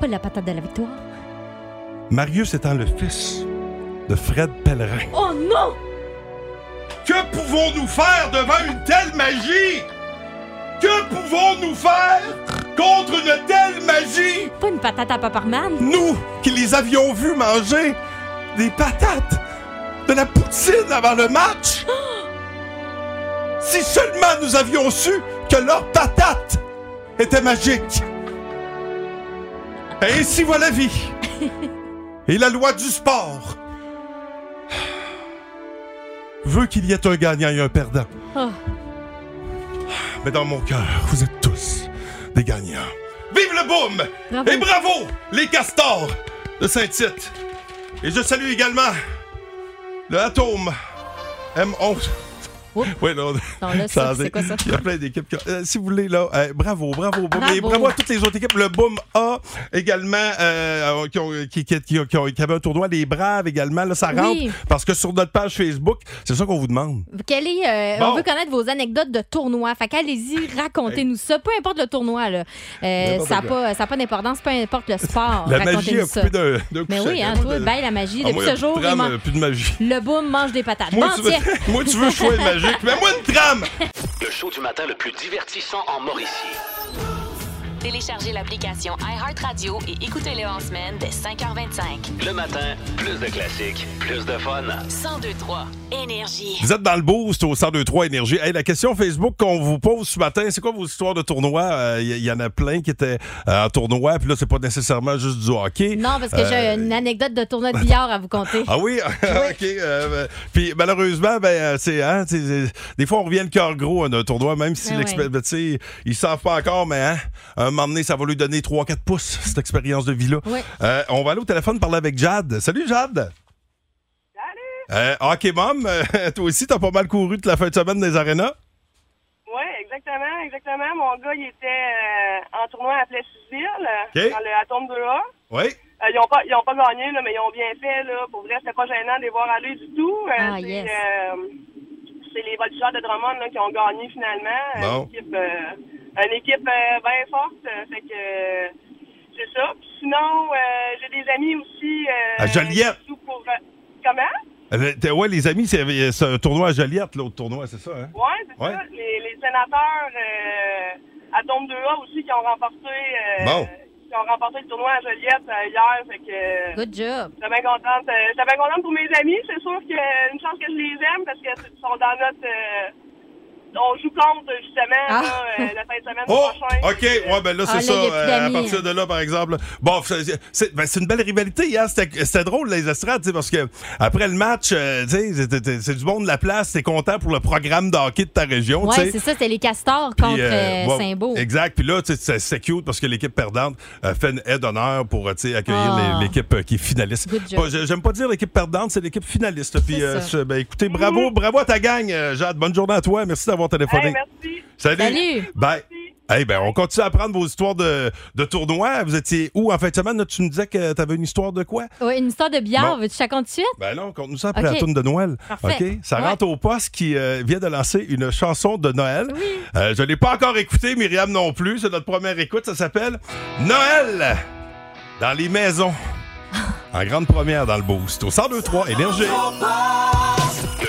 [SPEAKER 6] Pas la patate de la victoire.
[SPEAKER 2] Marius étant le fils de Fred Pellerin.
[SPEAKER 6] [laughs] Oh non!
[SPEAKER 2] Que pouvons-nous faire devant une telle magie? Que pouvons-nous faire contre une telle magie?
[SPEAKER 6] Pas une patate à Paparman.
[SPEAKER 2] Nous, qui les avions vus manger des patates, de la poutine avant le match. Si seulement nous avions su que leur patate était magique. Ainsi va la vie. Et la loi du sport veut qu'il y ait un gagnant et un perdant.
[SPEAKER 6] Ah.
[SPEAKER 2] Mais dans mon cœur, vous êtes tous des gagnants. Vive le boom!
[SPEAKER 6] Bravo.
[SPEAKER 2] Et bravo, les castors de Saint-Tite. Et je salue également le Atome M11.
[SPEAKER 6] Oups.
[SPEAKER 2] Ouais, là, on-
[SPEAKER 6] Non, là,
[SPEAKER 2] ça
[SPEAKER 6] ça, c'est quoi ça?
[SPEAKER 2] Il y a plein d'équipes. qui ont- euh, si vous voulez, là, euh, bravo, bravo, bravo. Et
[SPEAKER 6] Bravo.
[SPEAKER 2] bravo à toutes les autres équipes. Le Boom A également, euh, euh, qui, ont, qui, qui, qui ont- qui ont- qui avait un tournoi. Les Braves également, là, ça rentre.
[SPEAKER 6] Oui.
[SPEAKER 2] Parce que sur notre page Facebook, c'est ça qu'on vous demande.
[SPEAKER 6] Quelle est, euh,
[SPEAKER 2] Bon.
[SPEAKER 6] On veut connaître vos anecdotes de tournoi. Fait
[SPEAKER 2] [laughs]
[SPEAKER 6] qu'allez-y, racontez-nous ça. Peu importe le tournoi, là. Euh,
[SPEAKER 2] N'importe
[SPEAKER 6] ça n'a
[SPEAKER 2] quoi.
[SPEAKER 6] pas, ça a pas d'importance, peu importe le sport.
[SPEAKER 2] La magie a
[SPEAKER 6] Ah, racontez-nous ça.
[SPEAKER 2] coupé d'un d'un coup
[SPEAKER 6] Mais
[SPEAKER 2] sec.
[SPEAKER 6] oui, hein,
[SPEAKER 2] Moi,
[SPEAKER 6] toi,
[SPEAKER 2] de-
[SPEAKER 6] baille la magie.
[SPEAKER 2] Ah,
[SPEAKER 6] Depuis
[SPEAKER 2] moi, y a
[SPEAKER 6] ce
[SPEAKER 2] plus de
[SPEAKER 6] jour, il
[SPEAKER 2] trame,
[SPEAKER 6] man-
[SPEAKER 2] euh, plus de magie.
[SPEAKER 6] [laughs] le boom mange des patates.
[SPEAKER 2] Moi,
[SPEAKER 6] Bon,
[SPEAKER 2] tu veux,
[SPEAKER 6] tiens.
[SPEAKER 2] [laughs] moi, tu veux choix magique, mais moi une trame!
[SPEAKER 1] Le show du matin le plus divertissant en Mauricie.
[SPEAKER 3] Téléchargez l'application iHeartRadio et écoutez-le en semaine dès 5h25.
[SPEAKER 1] Le matin, plus de classiques, plus de fun.
[SPEAKER 3] 1023 Énergie.
[SPEAKER 2] Vous êtes dans le boost au 1023 Énergie. Hey, la question Facebook qu'on vous pose ce matin, c'est quoi vos histoires de tournois? Euh, Il y, y en a plein qui étaient euh, en tournoi, puis là, c'est pas nécessairement juste du hockey.
[SPEAKER 6] Non, parce que
[SPEAKER 2] Euh,
[SPEAKER 6] j'ai une anecdote de tournoi de billard à vous conter. [laughs]
[SPEAKER 2] Ah oui, [laughs] ok. euh, puis malheureusement, ben euh, c'est, hein, c'est- c'est- des fois on revient le cœur gros hein, d'un tournoi, même si
[SPEAKER 6] Ben
[SPEAKER 2] l'expé-
[SPEAKER 6] ouais.
[SPEAKER 2] ben, tu sais, ils savent pas encore, mais hein, un moment donné, ça va lui donner 3-4 pouces cette expérience de vie là.
[SPEAKER 6] Ouais.
[SPEAKER 2] on va aller au téléphone parler avec Jade. Salut Jade. Salut. ok, mom, euh, [laughs] toi aussi t'as pas mal couru toute la fin de semaine des arénas.
[SPEAKER 10] Oui, exactement, exactement. Mon gars, il était euh, en tournoi à Plessisville,
[SPEAKER 2] OK.
[SPEAKER 10] dans le Atom 2A.
[SPEAKER 2] Oui.
[SPEAKER 10] Euh, ils n'ont pas, ils ont pas gagné, là, mais ils ont bien fait. Là. Pour vrai, c'était pas gênant de les voir aller du tout. Euh,
[SPEAKER 6] Ah,
[SPEAKER 10] c'est,
[SPEAKER 6] yes.
[SPEAKER 10] euh, c'est les voltigeurs de Drummond là, qui ont gagné finalement.
[SPEAKER 2] Bon.
[SPEAKER 10] Une équipe, euh, une équipe euh, bien forte. euh, fait que, euh, c'est ça. Puis sinon, euh, j'ai des amis aussi. euh,
[SPEAKER 2] À Joliette.
[SPEAKER 10] qui jouent pour, euh, comment?
[SPEAKER 2] Euh, t'es- ouais, les amis, c'est, c'est un tournoi à Joliette, l'autre tournoi, c'est ça, hein?
[SPEAKER 10] Oui, c'est
[SPEAKER 2] Ouais.
[SPEAKER 10] ça. Les, les sénateurs euh, à Tombe 2A aussi qui ont remporté. euh,
[SPEAKER 2] Bon.
[SPEAKER 10] qui ont remporté le tournoi à Joliette euh, hier. Fait que,
[SPEAKER 6] Good job.
[SPEAKER 10] J'étais bien contente. euh, J'étais bien contente pour mes amis. C'est sûr que euh, une chance que je les aime parce qu'ils sont dans notre. euh, on joue contre, justement,
[SPEAKER 6] Ah.
[SPEAKER 10] là, euh, la fin de semaine
[SPEAKER 2] [laughs] Oh!
[SPEAKER 10] prochaine.
[SPEAKER 2] OK, ouais, ben là,
[SPEAKER 6] Ah, là,
[SPEAKER 2] c'est ça.
[SPEAKER 6] y a plus
[SPEAKER 2] euh, à
[SPEAKER 6] d'amis, hein.
[SPEAKER 2] partir de là, par exemple. Bon, c'est- c'est ben, c'est une belle rivalité hier. C'était c'était drôle, les estrades, tu sais, parce que après le match, euh, tu sais, c'était- c'était- c'est du monde de la place. T'es content pour le programme de hockey de ta région, tu
[SPEAKER 6] Ouais,
[SPEAKER 2] sais.
[SPEAKER 6] c'est ça, c'est les castors
[SPEAKER 2] Puis,
[SPEAKER 6] contre
[SPEAKER 2] euh,
[SPEAKER 6] euh,
[SPEAKER 2] ouais,
[SPEAKER 6] Saint-Beau.
[SPEAKER 2] Exact. Puis là, tu sais, c'est c'est cute parce que l'équipe perdante euh, fait une aide d'honneur pour euh, tu sais, accueillir
[SPEAKER 6] Ah.
[SPEAKER 2] les- l'équipe euh, qui est finaliste.
[SPEAKER 6] Good job.
[SPEAKER 2] Pas- je- J'aime pas dire l'équipe perdante, c'est l'équipe finaliste. Puis,
[SPEAKER 6] C'est ça.
[SPEAKER 2] euh,
[SPEAKER 6] Mm-hmm.
[SPEAKER 2] c'est- ben, écoutez, bravo, bravo à ta gang, euh, Jade. Bonne journée à toi. Merci d'avoir téléphoné.
[SPEAKER 10] Hey, merci.
[SPEAKER 6] Salut.
[SPEAKER 2] Bye. Eh ben, on continue à apprendre vos histoires de, de tournois. Vous étiez où en fin de semaine? Là, tu nous disais que tu avais une histoire de quoi?
[SPEAKER 6] Ouais, une histoire de billard,
[SPEAKER 2] Bon.
[SPEAKER 6] veux-tu chacun de suite?
[SPEAKER 2] Ben non, compte nous ça après
[SPEAKER 6] OK.
[SPEAKER 2] la tourne de Noël.
[SPEAKER 6] Parfait.
[SPEAKER 2] OK? Ça
[SPEAKER 6] Ouais.
[SPEAKER 2] rentre au poste qui euh, vient de lancer une chanson de Noël. Euh, je ne l'ai pas encore écoutée, Myriam non plus. C'est notre première écoute. Ça s'appelle Noël dans
[SPEAKER 6] [laughs]
[SPEAKER 2] les maisons. en grande première dans le boost. Au 102-3, énergie.
[SPEAKER 1] Le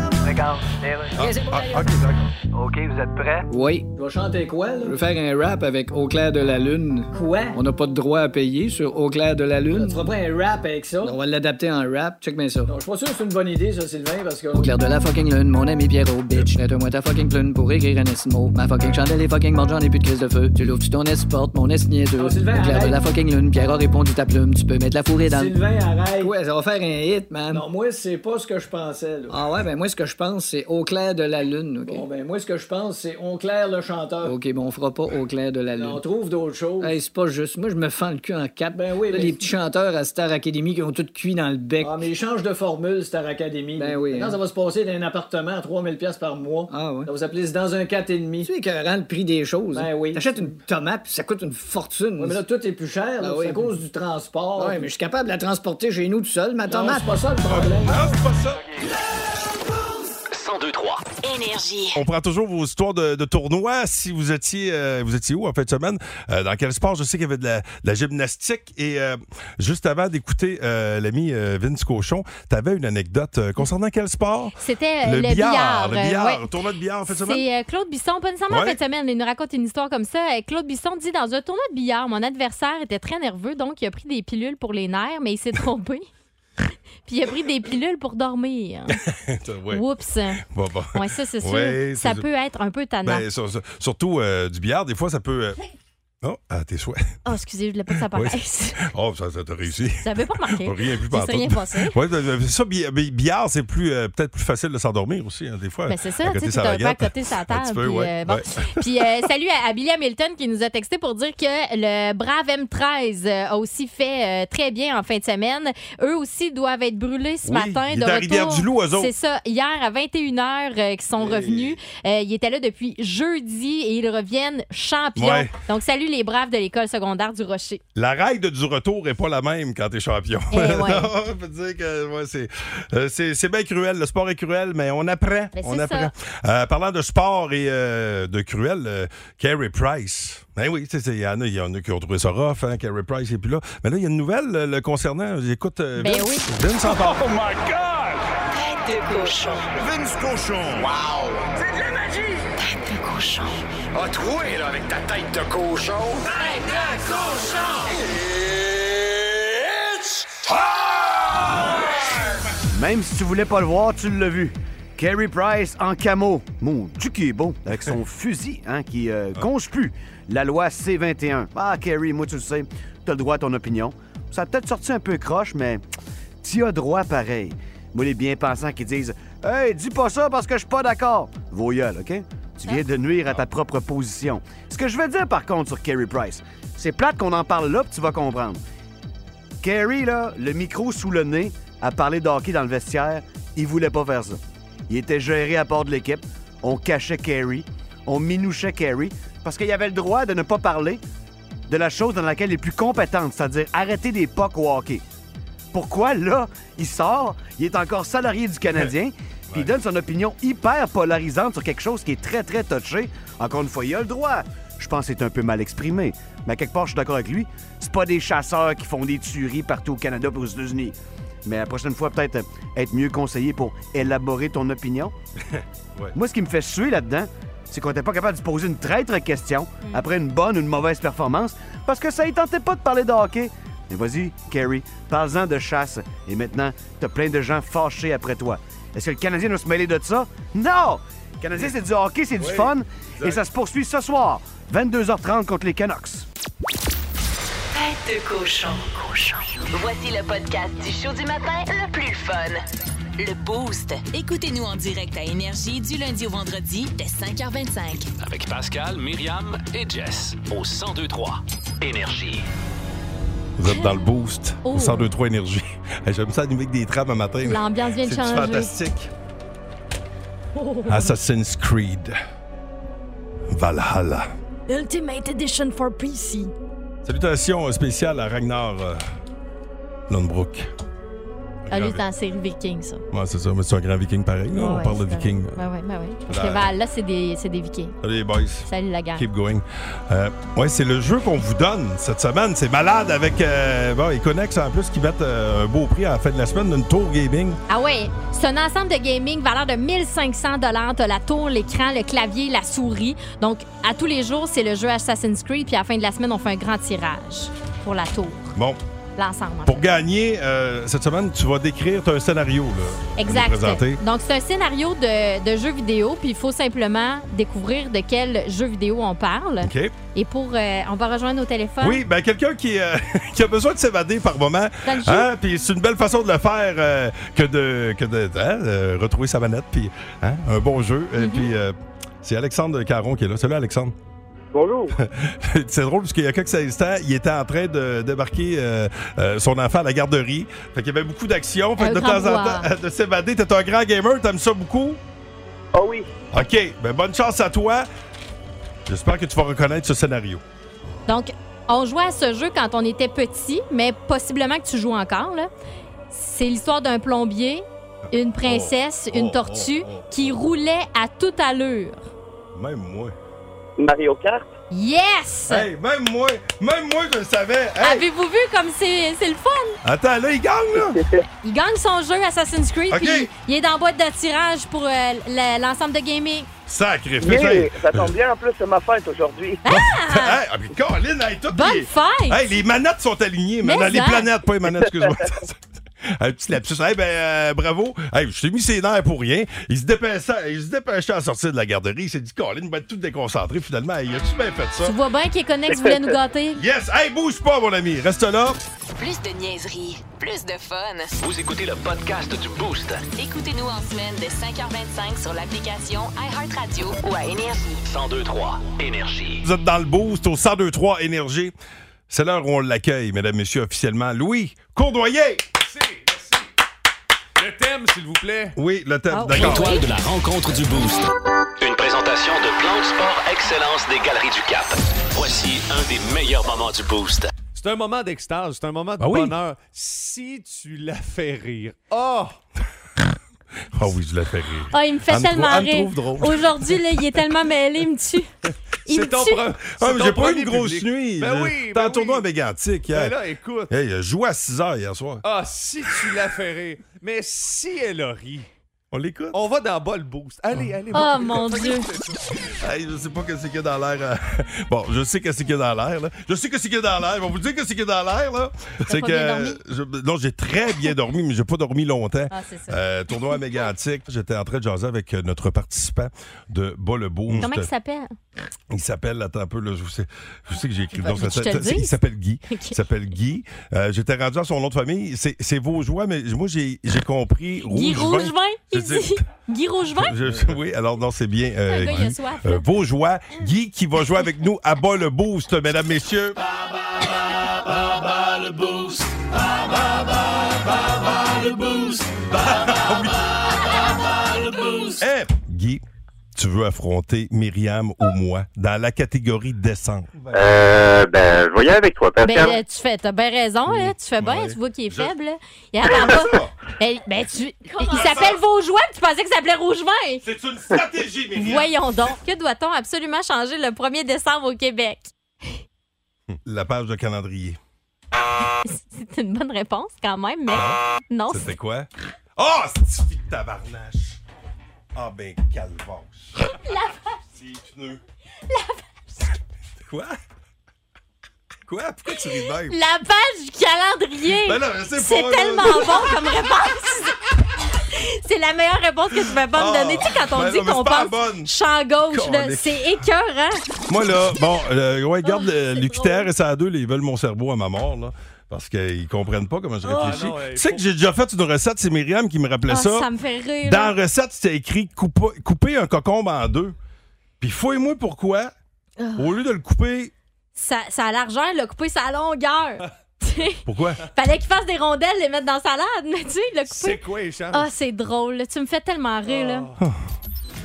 [SPEAKER 4] D'accord. Bien, ouais.
[SPEAKER 2] Ah, ah, OK, d'accord.
[SPEAKER 4] Ah, OK, vous êtes prêts?
[SPEAKER 5] Oui. Tu vas chanter quoi, là?
[SPEAKER 11] Je veux faire un rap avec Au clair de la lune.
[SPEAKER 5] Quoi?
[SPEAKER 11] On n'a pas de droit à payer sur Au clair de la
[SPEAKER 5] Tu
[SPEAKER 11] lune.
[SPEAKER 5] feras pas un rap avec ça?
[SPEAKER 11] On va l'adapter en rap. Check bien ça.
[SPEAKER 5] Non, je suis pas sûr que c'est une bonne idée, ça, Sylvain, parce que.
[SPEAKER 11] Au clair de la fucking lune, mon ami Pierrot, bitch. Mette-moi ta fucking plume pour écrire un esmo. Ma fucking chandelle est fucking morte, j'en ai plus de crise de feu. Tu l'ouvres, tu ton porte, mon est niaiseux.
[SPEAKER 5] Oh,
[SPEAKER 11] Au
[SPEAKER 5] Sylvain,
[SPEAKER 11] clair de
[SPEAKER 5] arrête.
[SPEAKER 11] la fucking lune, Pierrot répondit ta plume. Tu peux mettre la fourrée dans le.
[SPEAKER 5] Sylvain, arrête.
[SPEAKER 11] Ouais, ça va faire un hit, man.
[SPEAKER 5] Non, moi, c'est pas ce que je pensais, là.
[SPEAKER 11] Ah ouais, ben moi, ce que je pense, c'est Au clair de la lune, OK?
[SPEAKER 5] Bon, ben, moi, ce que je pense, c'est on claire le chanteur.
[SPEAKER 11] OK, bon, on fera pas Au clair de la lune.
[SPEAKER 5] On trouve d'autres choses.
[SPEAKER 11] Hey, c'est pas juste. Moi, je me fends le cul en quatre.
[SPEAKER 5] Ben oui,
[SPEAKER 11] Là,
[SPEAKER 5] mais-
[SPEAKER 11] les petits chanteurs à Star Academy qui ont tout cuit dans le bec.
[SPEAKER 5] Ah, mais ils changent de formule, Star Academy.
[SPEAKER 11] Ben
[SPEAKER 5] là.
[SPEAKER 11] oui,
[SPEAKER 5] Maintenant,
[SPEAKER 11] hein.
[SPEAKER 5] ça va se passer d'un appartement à 3000 pièces par mois.
[SPEAKER 11] Ah ouais.
[SPEAKER 5] Ça va s'appeler C'est dans un
[SPEAKER 11] Tu
[SPEAKER 5] 4,5.
[SPEAKER 11] sais écœurant le prix des choses.
[SPEAKER 5] Ben
[SPEAKER 11] hein.
[SPEAKER 5] oui.
[SPEAKER 11] T'achètes une tomate, puis ça coûte une fortune.
[SPEAKER 5] Ouais, mais là, tout est plus cher. là.
[SPEAKER 11] Ben oui.
[SPEAKER 5] C'est à cause du transport.
[SPEAKER 11] Ouais, mais je suis capable de la transporter chez nous tout seul, ma
[SPEAKER 5] Non,
[SPEAKER 11] tomate.
[SPEAKER 5] c'est pas ça le problème.
[SPEAKER 2] Non, c'est pas ça.
[SPEAKER 1] 1023.
[SPEAKER 3] Énergie.
[SPEAKER 2] On prend toujours vos histoires de, de tournois. Si vous étiez, euh, vous étiez où en fin de semaine? Euh, dans quel sport? Je sais qu'il y avait de la, de la gymnastique. Et euh, juste avant d'écouter euh, l'ami euh, Vince Cochon, tu avais une anecdote euh, concernant quel sport?
[SPEAKER 6] C'était euh, le,
[SPEAKER 2] Le billard.
[SPEAKER 6] euh, ouais.
[SPEAKER 2] Le tournoi de billard en fin de semaine?
[SPEAKER 6] C'est euh, Claude Bisson, pas nécessairement
[SPEAKER 2] Ouais.
[SPEAKER 6] en fin de semaine, mais il nous raconte une histoire comme ça. Euh, Claude Bisson dit Dans un tournoi de billard, mon adversaire était très nerveux, donc il a pris des pilules pour les nerfs, mais il s'est trompé. [laughs] Puis il a pris des pilules pour dormir.
[SPEAKER 2] [laughs] Ouais.
[SPEAKER 6] Oups.
[SPEAKER 2] Bon, bon.
[SPEAKER 6] euh, Ouais, ça, c'est sûr.
[SPEAKER 2] Ouais,
[SPEAKER 6] ça
[SPEAKER 2] c'est-
[SPEAKER 6] peut être un peu tannant.
[SPEAKER 2] Ben, sur- sur- surtout euh, du billard, des fois, ça peut. euh, Oh, à tes souhaits. [laughs]
[SPEAKER 6] Oh, excusez, je voulais pas que ça
[SPEAKER 2] Ouais.
[SPEAKER 6] paraisse.
[SPEAKER 2] Oh, ça, ça
[SPEAKER 6] [laughs]
[SPEAKER 2] t'a réussi.
[SPEAKER 6] Vous avez pas remarqué.
[SPEAKER 2] Rien plus
[SPEAKER 6] Il s'est rien
[SPEAKER 2] [laughs]
[SPEAKER 6] passé.
[SPEAKER 2] Oui, ben, ça, bi- bi- billard, c'est plus euh, peut-être plus facile de s'endormir aussi, hein, des fois.
[SPEAKER 6] Ben, c'est
[SPEAKER 2] À
[SPEAKER 6] ça, tu
[SPEAKER 2] côté,
[SPEAKER 6] sais, tu
[SPEAKER 2] ça
[SPEAKER 6] t'as
[SPEAKER 2] la
[SPEAKER 6] un peu à
[SPEAKER 2] gratte.
[SPEAKER 6] côté sur la
[SPEAKER 2] [laughs] Un
[SPEAKER 6] table.
[SPEAKER 2] petit peu,
[SPEAKER 6] puis,
[SPEAKER 2] ouais,
[SPEAKER 6] euh, bon.
[SPEAKER 2] ouais. [laughs]
[SPEAKER 6] Puis, euh, salut à, à Billy Hamilton qui nous a texté pour dire que le brave M13 euh, a aussi fait euh, très bien en fin de semaine. Eux aussi doivent être brûlés ce
[SPEAKER 2] Oui,
[SPEAKER 6] matin.
[SPEAKER 2] il
[SPEAKER 6] de
[SPEAKER 2] est à
[SPEAKER 6] retour.
[SPEAKER 2] Rivière-du-Loup, eux autres.
[SPEAKER 6] C'est ça. Hier, à 21h, qui sont
[SPEAKER 2] Hey.
[SPEAKER 6] revenus. Euh, ils étaient là depuis jeudi et ils reviennent champions.
[SPEAKER 2] Ouais.
[SPEAKER 6] Donc, salut les braves de l'école secondaire du Rocher.
[SPEAKER 2] La règle du retour est pas la même quand
[SPEAKER 6] [laughs]
[SPEAKER 2] t'es champion.
[SPEAKER 6] Eh ouais.
[SPEAKER 2] Non, [laughs] on peut dire que ouais, c'est, euh, c'est, c'est bien cruel. Le sport est cruel, mais on apprend.
[SPEAKER 6] Ben,
[SPEAKER 2] on
[SPEAKER 6] c'est
[SPEAKER 2] apprend. Euh, parlant de sport et euh, de cruel, euh, Carey Price. Ben oui, tu sais, il y, en a- il y en a qui ont trouvé ça rough, hein, Carey Price est plus là. Mais là, il y a une nouvelle euh, le concernant. J'écoute euh,
[SPEAKER 6] Ben
[SPEAKER 2] Vince.
[SPEAKER 6] oui.
[SPEAKER 2] Vince en parle.
[SPEAKER 3] Tête de cochon.
[SPEAKER 12] Oh Vince Cochon. Wow!
[SPEAKER 3] Tête de cochon.
[SPEAKER 12] A troué, là, avec ta tête de cochon. Tête de cochon! It's
[SPEAKER 13] Même si tu voulais pas le voir, tu l'as vu. Carey Price en camo. Mon Dieu qui est beau. Avec son fusil, hein, qui euh, gonge plus. La loi C-21. Ah, Carey, moi, tu le sais, t'as le droit à ton opinion. Ça a peut-être sorti un peu croche, mais t'y as droit pareil. Moi, les bien-pensants qui disent « Hey, dis pas ça parce que je suis pas d'accord. » Voyelle, OK? Tu viens de nuire à ta propre position. Ce que je veux dire, par contre, sur Carey Price, c'est plate qu'on en parle là, puis tu vas comprendre. Kerry, là, le micro sous le nez, a parlé d'hockey dans le vestiaire. Il voulait pas faire ça. Il était géré à bord de l'équipe. On cachait Kerry. On minouchait Kerry. Parce qu'il avait le droit de ne pas parler de la chose dans laquelle il est plus compétent, c'est-à-dire arrêter des pucks au hockey. Pourquoi, là, il sort, il est encore salarié du Canadien, puis il donne son opinion hyper polarisante sur quelque chose qui est très, très touché. Encore une fois, il a le droit. Je pense que c'est un peu mal exprimé. Mais à quelque part, je suis d'accord avec lui. C'est pas des chasseurs qui font des tueries partout au Canada et aux États-Unis. Mais la prochaine fois, peut-être euh, être mieux conseillé pour élaborer ton opinion. Moi, ce qui me fait suer là-dedans, c'est qu'on n'était pas capable de se poser une traître question après une bonne ou une mauvaise performance parce que ça ne tentait pas de parler de hockey. Mais vas-y, Kerry, parle-en de chasse. Et maintenant, t'as plein de gens fâchés après toi. Est-ce que le Canadien doit se mêler de ça? Non! Le Canadien, c'est du hockey, c'est du
[SPEAKER 12] Oui,
[SPEAKER 13] fun.
[SPEAKER 12] exact.
[SPEAKER 13] Et ça se poursuit ce soir, 22h30 contre les Canucks.
[SPEAKER 3] Tête de cochon. Voici le podcast du show du matin le plus fun. Le Boost. Écoutez-nous en direct à Énergie du lundi au vendredi dès 5h25.
[SPEAKER 1] Avec Pascal, Myriam et Jess au 1023 Énergie.
[SPEAKER 2] Vous êtes dans le boost.
[SPEAKER 6] Oh.
[SPEAKER 2] Au 102-3 énergie. [laughs] Hey, J'aime ça animer avec des trams un matin. là.
[SPEAKER 6] L'ambiance vient de
[SPEAKER 2] C'est
[SPEAKER 6] changer.
[SPEAKER 2] fantastique. Ah, Assassin's Creed. Valhalla.
[SPEAKER 6] Ultimate Edition for PC.
[SPEAKER 2] Salutations spéciales à Ragnar euh, Lundbrook.
[SPEAKER 6] Ah, lui, c'est dans la série Viking, ça.
[SPEAKER 2] Ouais, c'est ça, mais c'est un grand viking pareil. là.
[SPEAKER 6] Ouais,
[SPEAKER 2] on
[SPEAKER 6] ouais,
[SPEAKER 2] parle de
[SPEAKER 6] c'est
[SPEAKER 2] viking.
[SPEAKER 6] vrai. Ouais, ouais, ouais, ouais. Parce
[SPEAKER 2] Là-
[SPEAKER 6] que Val, là, c'est des, c'est des Vikings.
[SPEAKER 2] Salut les boys.
[SPEAKER 6] Salut la gang.
[SPEAKER 2] Keep going. Euh, ouais, c'est le jeu qu'on vous donne cette semaine. C'est malade avec. euh, bon, Econex en plus qui mettent euh, un beau prix à la fin de la semaine d'une tour gaming.
[SPEAKER 6] Ah ouais, c'est un ensemble de gaming valeur de 1500 dollars. T'as la tour, l'écran, le clavier, la souris. Donc, à tous les jours, c'est le jeu Assassin's Creed. Puis à la fin de la semaine, on fait un grand tirage pour la tour,
[SPEAKER 2] Bon,
[SPEAKER 6] l'ensemble. en
[SPEAKER 2] pour gagner euh, cette semaine, tu vas décrire t'as un scénario. Là, à nous
[SPEAKER 6] Exact.
[SPEAKER 2] présenter.
[SPEAKER 6] Donc, c'est un scénario de, de jeu vidéo, puis il faut simplement découvrir de quel jeu vidéo on parle.
[SPEAKER 2] OK.
[SPEAKER 6] Et pour. euh, on va rejoindre nos téléphones.
[SPEAKER 2] Oui, ben quelqu'un qui, euh, [laughs] qui a besoin de s'évader par moment.
[SPEAKER 6] Dans le jeu.
[SPEAKER 2] Hein, Puis c'est une belle façon de le faire euh, que de, que de hein, euh, retrouver sa manette. Puis hein, un bon jeu.
[SPEAKER 6] Mm-hmm.
[SPEAKER 2] Et puis euh, c'est Alexandre Caron qui est là. Salut Alexandre.
[SPEAKER 8] Bonjour.
[SPEAKER 2] [laughs] c'est drôle parce qu'il y a quelques instants, il était en train de débarquer euh, euh, son enfant à la garderie. Fait qu'il y avait beaucoup d'action. Fait
[SPEAKER 8] Un
[SPEAKER 2] que de
[SPEAKER 8] grand
[SPEAKER 2] temps en
[SPEAKER 8] brouhaha.
[SPEAKER 2] temps, [laughs] de s'évader. T'es un grand gamer, t'aimes ça beaucoup?
[SPEAKER 8] Ah oui.
[SPEAKER 2] OK, ben bonne chance à toi. J'espère que tu vas reconnaître ce scénario.
[SPEAKER 6] Donc, on jouait à ce jeu quand on était petit, mais possiblement que tu joues encore. là. C'est l'histoire d'un plombier,
[SPEAKER 2] Oh,
[SPEAKER 6] une princesse, une tortue qui roulait à toute allure.
[SPEAKER 2] Même moi.
[SPEAKER 8] Mario Kart?
[SPEAKER 6] Yes!
[SPEAKER 2] Hey, même moi, même moi, je le savais. Hey!
[SPEAKER 6] Avez-vous vu comme c'est c'est le fun?
[SPEAKER 2] Attends, là, il gagne,
[SPEAKER 8] [laughs]
[SPEAKER 2] là!
[SPEAKER 6] Il gagne son jeu Assassin's Creed,
[SPEAKER 2] Ok.
[SPEAKER 6] puis il est dans la boîte de tirage pour euh, la- l'ensemble de gaming.
[SPEAKER 2] Sacré
[SPEAKER 8] Yeah,
[SPEAKER 2] fait-
[SPEAKER 8] ça tombe bien, en plus, c'est ma fête aujourd'hui.
[SPEAKER 2] [laughs] Hey, ah, mais Colin, hey, toutes
[SPEAKER 8] Bonne
[SPEAKER 2] les...
[SPEAKER 8] fête!
[SPEAKER 2] Hey, les manettes sont alignées, mais,
[SPEAKER 8] Mais
[SPEAKER 2] non, les
[SPEAKER 8] hein.
[SPEAKER 2] planètes, pas les manettes,
[SPEAKER 8] [laughs]
[SPEAKER 2] excuse-moi. [laughs] Un petit lapsus. Hey, ben, euh, bravo. Hey, je t'ai mis ses nerfs pour rien. Il se dépêchait, il se dépêchait à sortir de la garderie. Il s'est dit, Colin, va être tout déconcentré. Finalement, il a-tu bien fait ça?
[SPEAKER 6] Tu vois bien qu'Econex voulait nous gâter.
[SPEAKER 2] Yes! Hey, bouge pas, mon ami. Reste là.
[SPEAKER 3] Plus de niaiserie, plus de fun.
[SPEAKER 1] Vous écoutez le podcast du Boost.
[SPEAKER 3] Écoutez-nous en semaine de 5h25 sur l'application iHeartRadio ou à Énergie.
[SPEAKER 1] 1023 Énergie.
[SPEAKER 2] Vous êtes dans le boost au 1023 Énergie. C'est l'heure où on l'accueille, mesdames, messieurs, officiellement. Louis Courdoyer!
[SPEAKER 14] Le thème, s'il vous plaît.
[SPEAKER 2] Oui, le thème, d'accord.
[SPEAKER 1] L'étoile de la rencontre du Boost. Une présentation de Plan de Sport Excellence des Galeries du Cap. Voici un des meilleurs moments du Boost.
[SPEAKER 14] C'est un moment d'extase, c'est un moment de
[SPEAKER 2] Ah oui?
[SPEAKER 14] bonheur. Si tu la fais rire. Oh!
[SPEAKER 2] Ah oui, je l'ai fait rire.
[SPEAKER 6] Ah, il me fait
[SPEAKER 2] Elle me
[SPEAKER 6] tellement
[SPEAKER 2] trouve- elle me
[SPEAKER 6] rire.
[SPEAKER 2] trouve drôle.
[SPEAKER 6] Aujourd'hui, là, il est
[SPEAKER 2] [laughs]
[SPEAKER 6] tellement mêlé, il me tue. Il me
[SPEAKER 14] C'est ton
[SPEAKER 6] tue.
[SPEAKER 14] pre-
[SPEAKER 2] Ah,
[SPEAKER 14] c'est
[SPEAKER 2] mais
[SPEAKER 14] ton
[SPEAKER 2] j'ai pas eu
[SPEAKER 14] premier
[SPEAKER 2] une grosse
[SPEAKER 14] public.
[SPEAKER 2] nuit.
[SPEAKER 14] Ben
[SPEAKER 2] là.
[SPEAKER 14] oui,
[SPEAKER 2] J'étais
[SPEAKER 14] ben
[SPEAKER 2] en tournoi à Mégantic hier.
[SPEAKER 14] Ben là, écoute.
[SPEAKER 2] Hey, il a joué à 6 h hier soir.
[SPEAKER 14] Ah, si tu la fais rire. Mais si elle a ri.
[SPEAKER 2] On l'écoute?
[SPEAKER 14] On va dans bas le
[SPEAKER 2] [laughs]
[SPEAKER 14] boost. Allez, allez.
[SPEAKER 6] Oh
[SPEAKER 14] va.
[SPEAKER 6] mon Dieu.
[SPEAKER 2] Hey, je sais pas qu'est-ce qu'il y a dans l'air. euh, [laughs] Bon, je sais qu'est-ce qu'il y a dans l'air. là. Je sais qu'est-ce qu'il y a dans l'air. On va vous dire qu'est-ce qu'il y a dans l'air. là. C'est
[SPEAKER 12] pas
[SPEAKER 2] que.
[SPEAKER 12] bien dormi?
[SPEAKER 2] je- non, j'ai très bien dormi, mais j'ai pas dormi longtemps.
[SPEAKER 12] Ah, c'est ça.
[SPEAKER 2] Euh, tournoi à Mégantic. J'étais en train de jaser avec euh, notre participant de Bas le Boost.
[SPEAKER 6] Comment il s'appelle?
[SPEAKER 2] Il s'appelle, attends un peu, là, je, vous sais, je sais que j'ai écrit le nom.
[SPEAKER 6] Veux-tu que
[SPEAKER 2] ça-
[SPEAKER 6] je te le
[SPEAKER 2] ça-
[SPEAKER 6] dise?
[SPEAKER 2] il s'appelle Guy.
[SPEAKER 6] [laughs] Ok.
[SPEAKER 2] Il s'appelle Guy. Euh, J'étais rendu à son nom de famille. C'est c'est Vaugeois, mais moi, j'ai j'ai compris
[SPEAKER 6] Guy
[SPEAKER 2] Rougevin.
[SPEAKER 6] Rougevin, il
[SPEAKER 2] Je dis-
[SPEAKER 6] dit. Guy Rougevin?
[SPEAKER 2] [laughs] Je- oui, alors non, c'est bien euh,
[SPEAKER 6] Un gars, il a
[SPEAKER 2] Guy.
[SPEAKER 6] soif.
[SPEAKER 2] Euh, Vaugeois. Guy qui va jouer avec nous à bas le boost, mesdames, messieurs.
[SPEAKER 12] le boost. Ba, ba, ba, ba, ba, le boost. Ba, ba, ba, ba, ba, le boost.
[SPEAKER 2] Eh, Guy, tu veux affronter Myriam ou moi dans la catégorie descente?
[SPEAKER 7] Euh, ben, je voyais avec toi,
[SPEAKER 6] Ben,
[SPEAKER 7] Pascal.
[SPEAKER 6] euh, tu fais, t'as bien raison, là, tu fais bien,
[SPEAKER 7] Ouais.
[SPEAKER 6] tu vois qu'il est faible. là. Il attend pas. ben, ben, tu, il s'appelle Vaujoie, puis tu pensais que ça s'appelait Rougevin.
[SPEAKER 2] C'est une stratégie, Myriam.
[SPEAKER 6] Voyons donc, que doit-on absolument changer le 1er décembre au Québec?
[SPEAKER 2] La page de calendrier.
[SPEAKER 6] C'est une bonne réponse quand même, mais non.
[SPEAKER 2] Ah! C'était Hein? quoi? Oh, c'est de tabarnache. Ah, ben, calvache.
[SPEAKER 6] La
[SPEAKER 2] C'est pneus. Quoi? Quoi? Pourquoi tu ris de même?
[SPEAKER 6] La page du calendrier.
[SPEAKER 2] Ben non, je sais pas,
[SPEAKER 6] C'est
[SPEAKER 2] là.
[SPEAKER 6] tellement bon comme réponse. C'est la meilleure réponse que tu peux pas me
[SPEAKER 2] Ah,
[SPEAKER 6] donner. Tu sais, quand on
[SPEAKER 2] ben
[SPEAKER 6] dit
[SPEAKER 2] non, mais
[SPEAKER 6] qu'on
[SPEAKER 2] c'est pas la
[SPEAKER 6] pense champ gauche, là,
[SPEAKER 2] Calique.
[SPEAKER 6] c'est écœurant.
[SPEAKER 2] Moi, là, bon, euh,
[SPEAKER 6] Ah,
[SPEAKER 2] ouais, garde euh, l'UQTR et SA2, là, ils veulent mon cerveau à ma mort, là. Parce qu'ils comprennent pas comment je
[SPEAKER 6] Ah,
[SPEAKER 2] réfléchis.
[SPEAKER 6] non, ouais,
[SPEAKER 2] tu sais que j'ai déjà fait une recette, c'est Myriam qui me rappelait
[SPEAKER 6] Ah,
[SPEAKER 2] ça.
[SPEAKER 6] ça me fait rire. hein.
[SPEAKER 2] Dans la recette, c'était écrit coupa- couper un cocombe en deux. Puis fouille-moi pourquoi,
[SPEAKER 6] Ah.
[SPEAKER 2] au lieu de le couper,
[SPEAKER 6] Ça, ça a l'argent, il a coupé sa
[SPEAKER 2] [laughs]
[SPEAKER 6] longueur. Tu sais,
[SPEAKER 2] pourquoi?
[SPEAKER 6] Fallait qu'il fasse des rondelles, les mettre dans la salade, mais tu sais, il l'a coupé.
[SPEAKER 14] C'est quoi les chances?
[SPEAKER 6] Ah, c'est drôle. là. Tu me fais tellement rire, là.
[SPEAKER 2] Oh.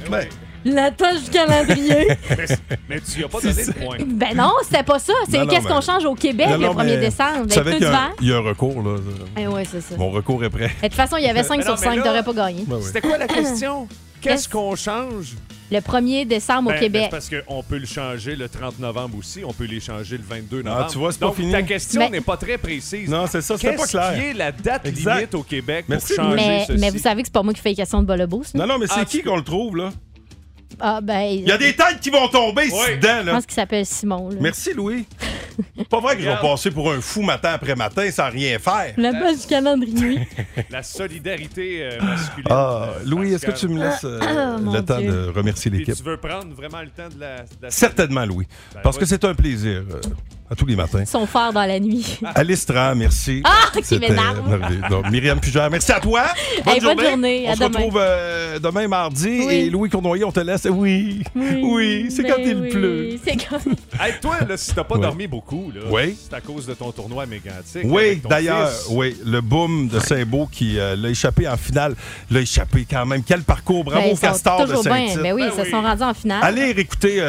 [SPEAKER 6] Eh
[SPEAKER 2] Ben,
[SPEAKER 6] La tâche du
[SPEAKER 2] [laughs]
[SPEAKER 6] calendrier.
[SPEAKER 14] mais, [laughs] mais tu y as pas donné de point.
[SPEAKER 6] ben non, c'était pas ça. C'est
[SPEAKER 2] Non, non,
[SPEAKER 6] qu'est-ce
[SPEAKER 2] mais-
[SPEAKER 6] qu'on change au Québec
[SPEAKER 2] Non,
[SPEAKER 6] le
[SPEAKER 2] non,
[SPEAKER 6] 1er
[SPEAKER 2] mais
[SPEAKER 6] décembre?
[SPEAKER 2] Tu
[SPEAKER 6] Avec
[SPEAKER 2] savais
[SPEAKER 6] pneus
[SPEAKER 2] qu'il y, a un-
[SPEAKER 6] d'hiver?
[SPEAKER 2] il y a un recours, là.
[SPEAKER 6] Eh ouais, c'est ça.
[SPEAKER 2] Mon recours
[SPEAKER 6] [laughs]
[SPEAKER 2] est prêt.
[SPEAKER 6] Mais De toute façon, il y avait 5
[SPEAKER 14] Mais
[SPEAKER 6] sur
[SPEAKER 14] non, mais
[SPEAKER 6] 5,
[SPEAKER 14] là-
[SPEAKER 6] t'aurais pas gagné.
[SPEAKER 2] Ben oui.
[SPEAKER 14] C'était quoi
[SPEAKER 6] [laughs]
[SPEAKER 14] la question? Qu'est-ce qu'on change?
[SPEAKER 6] Le 1er décembre
[SPEAKER 14] Ben,
[SPEAKER 6] au
[SPEAKER 14] ben,
[SPEAKER 6] Québec.
[SPEAKER 14] c'est parce qu'on peut le changer le 30 novembre aussi, on peut les changer le 22 novembre.
[SPEAKER 2] Ah, tu vois, c'est pas
[SPEAKER 14] Donc,
[SPEAKER 2] fini.
[SPEAKER 14] Ta question
[SPEAKER 6] Mais-
[SPEAKER 14] n'est pas très précise.
[SPEAKER 2] Non, c'est ça, c'était pas clair.
[SPEAKER 14] Qu'est-ce qui est la date
[SPEAKER 2] Exact.
[SPEAKER 14] limite au Québec
[SPEAKER 2] Merci.
[SPEAKER 14] pour changer
[SPEAKER 6] mais,
[SPEAKER 14] ceci?
[SPEAKER 6] mais vous savez que c'est pas moi qui fais les questions de Bolobos. là.
[SPEAKER 2] Non, non, mais c'est
[SPEAKER 14] Ah,
[SPEAKER 2] qui
[SPEAKER 14] tu-
[SPEAKER 2] qu'on le trouve, là?
[SPEAKER 6] Ah, ben.
[SPEAKER 2] Il y a des têtes qui vont tomber ici dedans,
[SPEAKER 6] Je
[SPEAKER 2] là.
[SPEAKER 6] pense qu'il s'appelle Simon. Là.
[SPEAKER 2] Merci, Louis. pas vrai que je vais
[SPEAKER 14] Regarde.
[SPEAKER 2] passer pour un fou matin après matin sans rien faire.
[SPEAKER 6] La page du calendrier.
[SPEAKER 14] La solidarité euh, masculine.
[SPEAKER 2] Ah,
[SPEAKER 14] euh,
[SPEAKER 2] Louis, est-ce que tu
[SPEAKER 14] Pascal.
[SPEAKER 2] me laisses euh,
[SPEAKER 6] Ah, mon
[SPEAKER 2] le temps
[SPEAKER 6] Dieu.
[SPEAKER 2] de remercier
[SPEAKER 14] Puis
[SPEAKER 2] l'équipe?
[SPEAKER 14] tu veux prendre vraiment le temps de la. de la- [laughs]
[SPEAKER 2] Certainement, Louis.
[SPEAKER 14] Ben
[SPEAKER 2] Parce
[SPEAKER 14] oui.
[SPEAKER 2] que c'est un plaisir euh, à tous les matins.
[SPEAKER 6] Son phare dans la nuit.
[SPEAKER 2] Ah, Alistra, merci.
[SPEAKER 6] Ah, qui
[SPEAKER 2] C'était
[SPEAKER 6] m'énerve.
[SPEAKER 2] merveilleux. Donc, Myriam Fugère, merci à toi. Bonne
[SPEAKER 6] Hey, bonne journée.
[SPEAKER 2] On
[SPEAKER 6] À
[SPEAKER 2] se
[SPEAKER 6] demain.
[SPEAKER 2] retrouve euh, demain mardi.
[SPEAKER 6] Oui.
[SPEAKER 2] Et Louis Cournoyer, on te laisse. Oui, oui, c'est
[SPEAKER 6] ben
[SPEAKER 2] quand il
[SPEAKER 6] oui,
[SPEAKER 2] pleut.
[SPEAKER 6] C'est quand.
[SPEAKER 14] Hey, toi, là, si t'as pas
[SPEAKER 2] Ouais.
[SPEAKER 14] dormi beaucoup, là,
[SPEAKER 2] Oui.
[SPEAKER 14] c'est à cause de ton tournoi à Mégantic. hein,
[SPEAKER 2] Oui,
[SPEAKER 14] avec ton
[SPEAKER 2] d'ailleurs,
[SPEAKER 14] fils.
[SPEAKER 2] oui, le boom de Saint-Beau qui euh, l'a échappé en finale. L'a échappé quand même. Quel parcours. Bravo
[SPEAKER 6] Ben,
[SPEAKER 2] au
[SPEAKER 6] ils sont
[SPEAKER 2] Castor de
[SPEAKER 6] toujours bien.
[SPEAKER 2] Saint-Tite.
[SPEAKER 6] Ben oui, ils se sont rendus en finale.
[SPEAKER 2] Allez écouter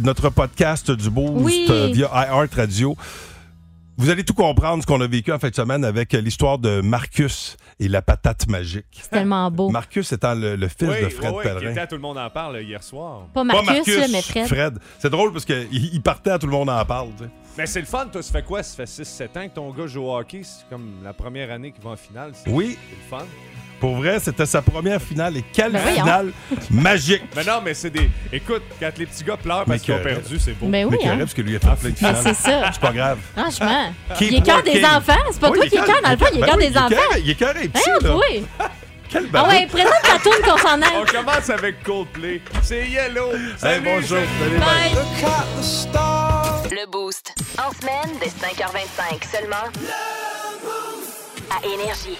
[SPEAKER 2] notre podcast du Boost
[SPEAKER 6] Ah. Oui.
[SPEAKER 2] euh, via iHeart Radio. Vous allez tout comprendre ce qu'on a vécu en fin de semaine avec euh, l'histoire de Marcus et la patate magique.
[SPEAKER 6] C'est tellement beau.
[SPEAKER 2] Marcus étant le, le fils
[SPEAKER 14] Oui,
[SPEAKER 2] de Fred
[SPEAKER 14] oui, oui, qui
[SPEAKER 2] Pellerin.
[SPEAKER 14] était à Tout le monde en parle hier soir.
[SPEAKER 6] Pas Marcus, là, mais Fred.
[SPEAKER 2] C'est drôle parce qu'il il partait à tout le monde en parle. tu sais.
[SPEAKER 14] Mais c'est le fun, toi, ça fait quoi? Ça fait 6-7 ans que ton gars joue au hockey. C'est comme la première année qu'il va en finale. c'est-
[SPEAKER 2] Oui.
[SPEAKER 14] C'est le fun.
[SPEAKER 2] Pour vrai, c'était sa première finale et quelle
[SPEAKER 6] Ben voyons.
[SPEAKER 2] finale
[SPEAKER 14] Ah,
[SPEAKER 2] magique.
[SPEAKER 14] [laughs] Mais non, mais c'est des. Écoute, quand les petits gars pleurent
[SPEAKER 2] Mais
[SPEAKER 14] parce qu'ils ont
[SPEAKER 2] que-
[SPEAKER 14] perdu, c'est beau.
[SPEAKER 6] Ben oui,
[SPEAKER 2] Mais qui
[SPEAKER 6] hein.
[SPEAKER 2] arrive parce que lui a fait plein de
[SPEAKER 6] Mais
[SPEAKER 2] finales.
[SPEAKER 6] c'est ça.
[SPEAKER 2] C'est pas grave.
[SPEAKER 6] Franchement.
[SPEAKER 2] Qui est
[SPEAKER 6] Il est cœur
[SPEAKER 2] pour
[SPEAKER 6] des
[SPEAKER 2] qui?
[SPEAKER 6] enfants. C'est pas
[SPEAKER 2] Oui,
[SPEAKER 6] toi qui est cœur dans le fond, il est
[SPEAKER 2] Ben
[SPEAKER 6] cœur
[SPEAKER 2] oui,
[SPEAKER 6] des enfants.
[SPEAKER 2] Il est carré, il est
[SPEAKER 6] Hein,
[SPEAKER 2] petit, là.
[SPEAKER 6] oui.
[SPEAKER 2] Quel
[SPEAKER 6] Ah
[SPEAKER 2] ballon.
[SPEAKER 6] ouais, présente ta tourne qu'on s'en aille.
[SPEAKER 14] [laughs] On commence avec Coldplay. C'est Yellow.
[SPEAKER 2] Hey,
[SPEAKER 14] Salut,
[SPEAKER 2] bonjour.
[SPEAKER 14] c'est-
[SPEAKER 2] Salut, bye.
[SPEAKER 3] Le Boost. En semaine, dès 5h25 seulement. À Énergie.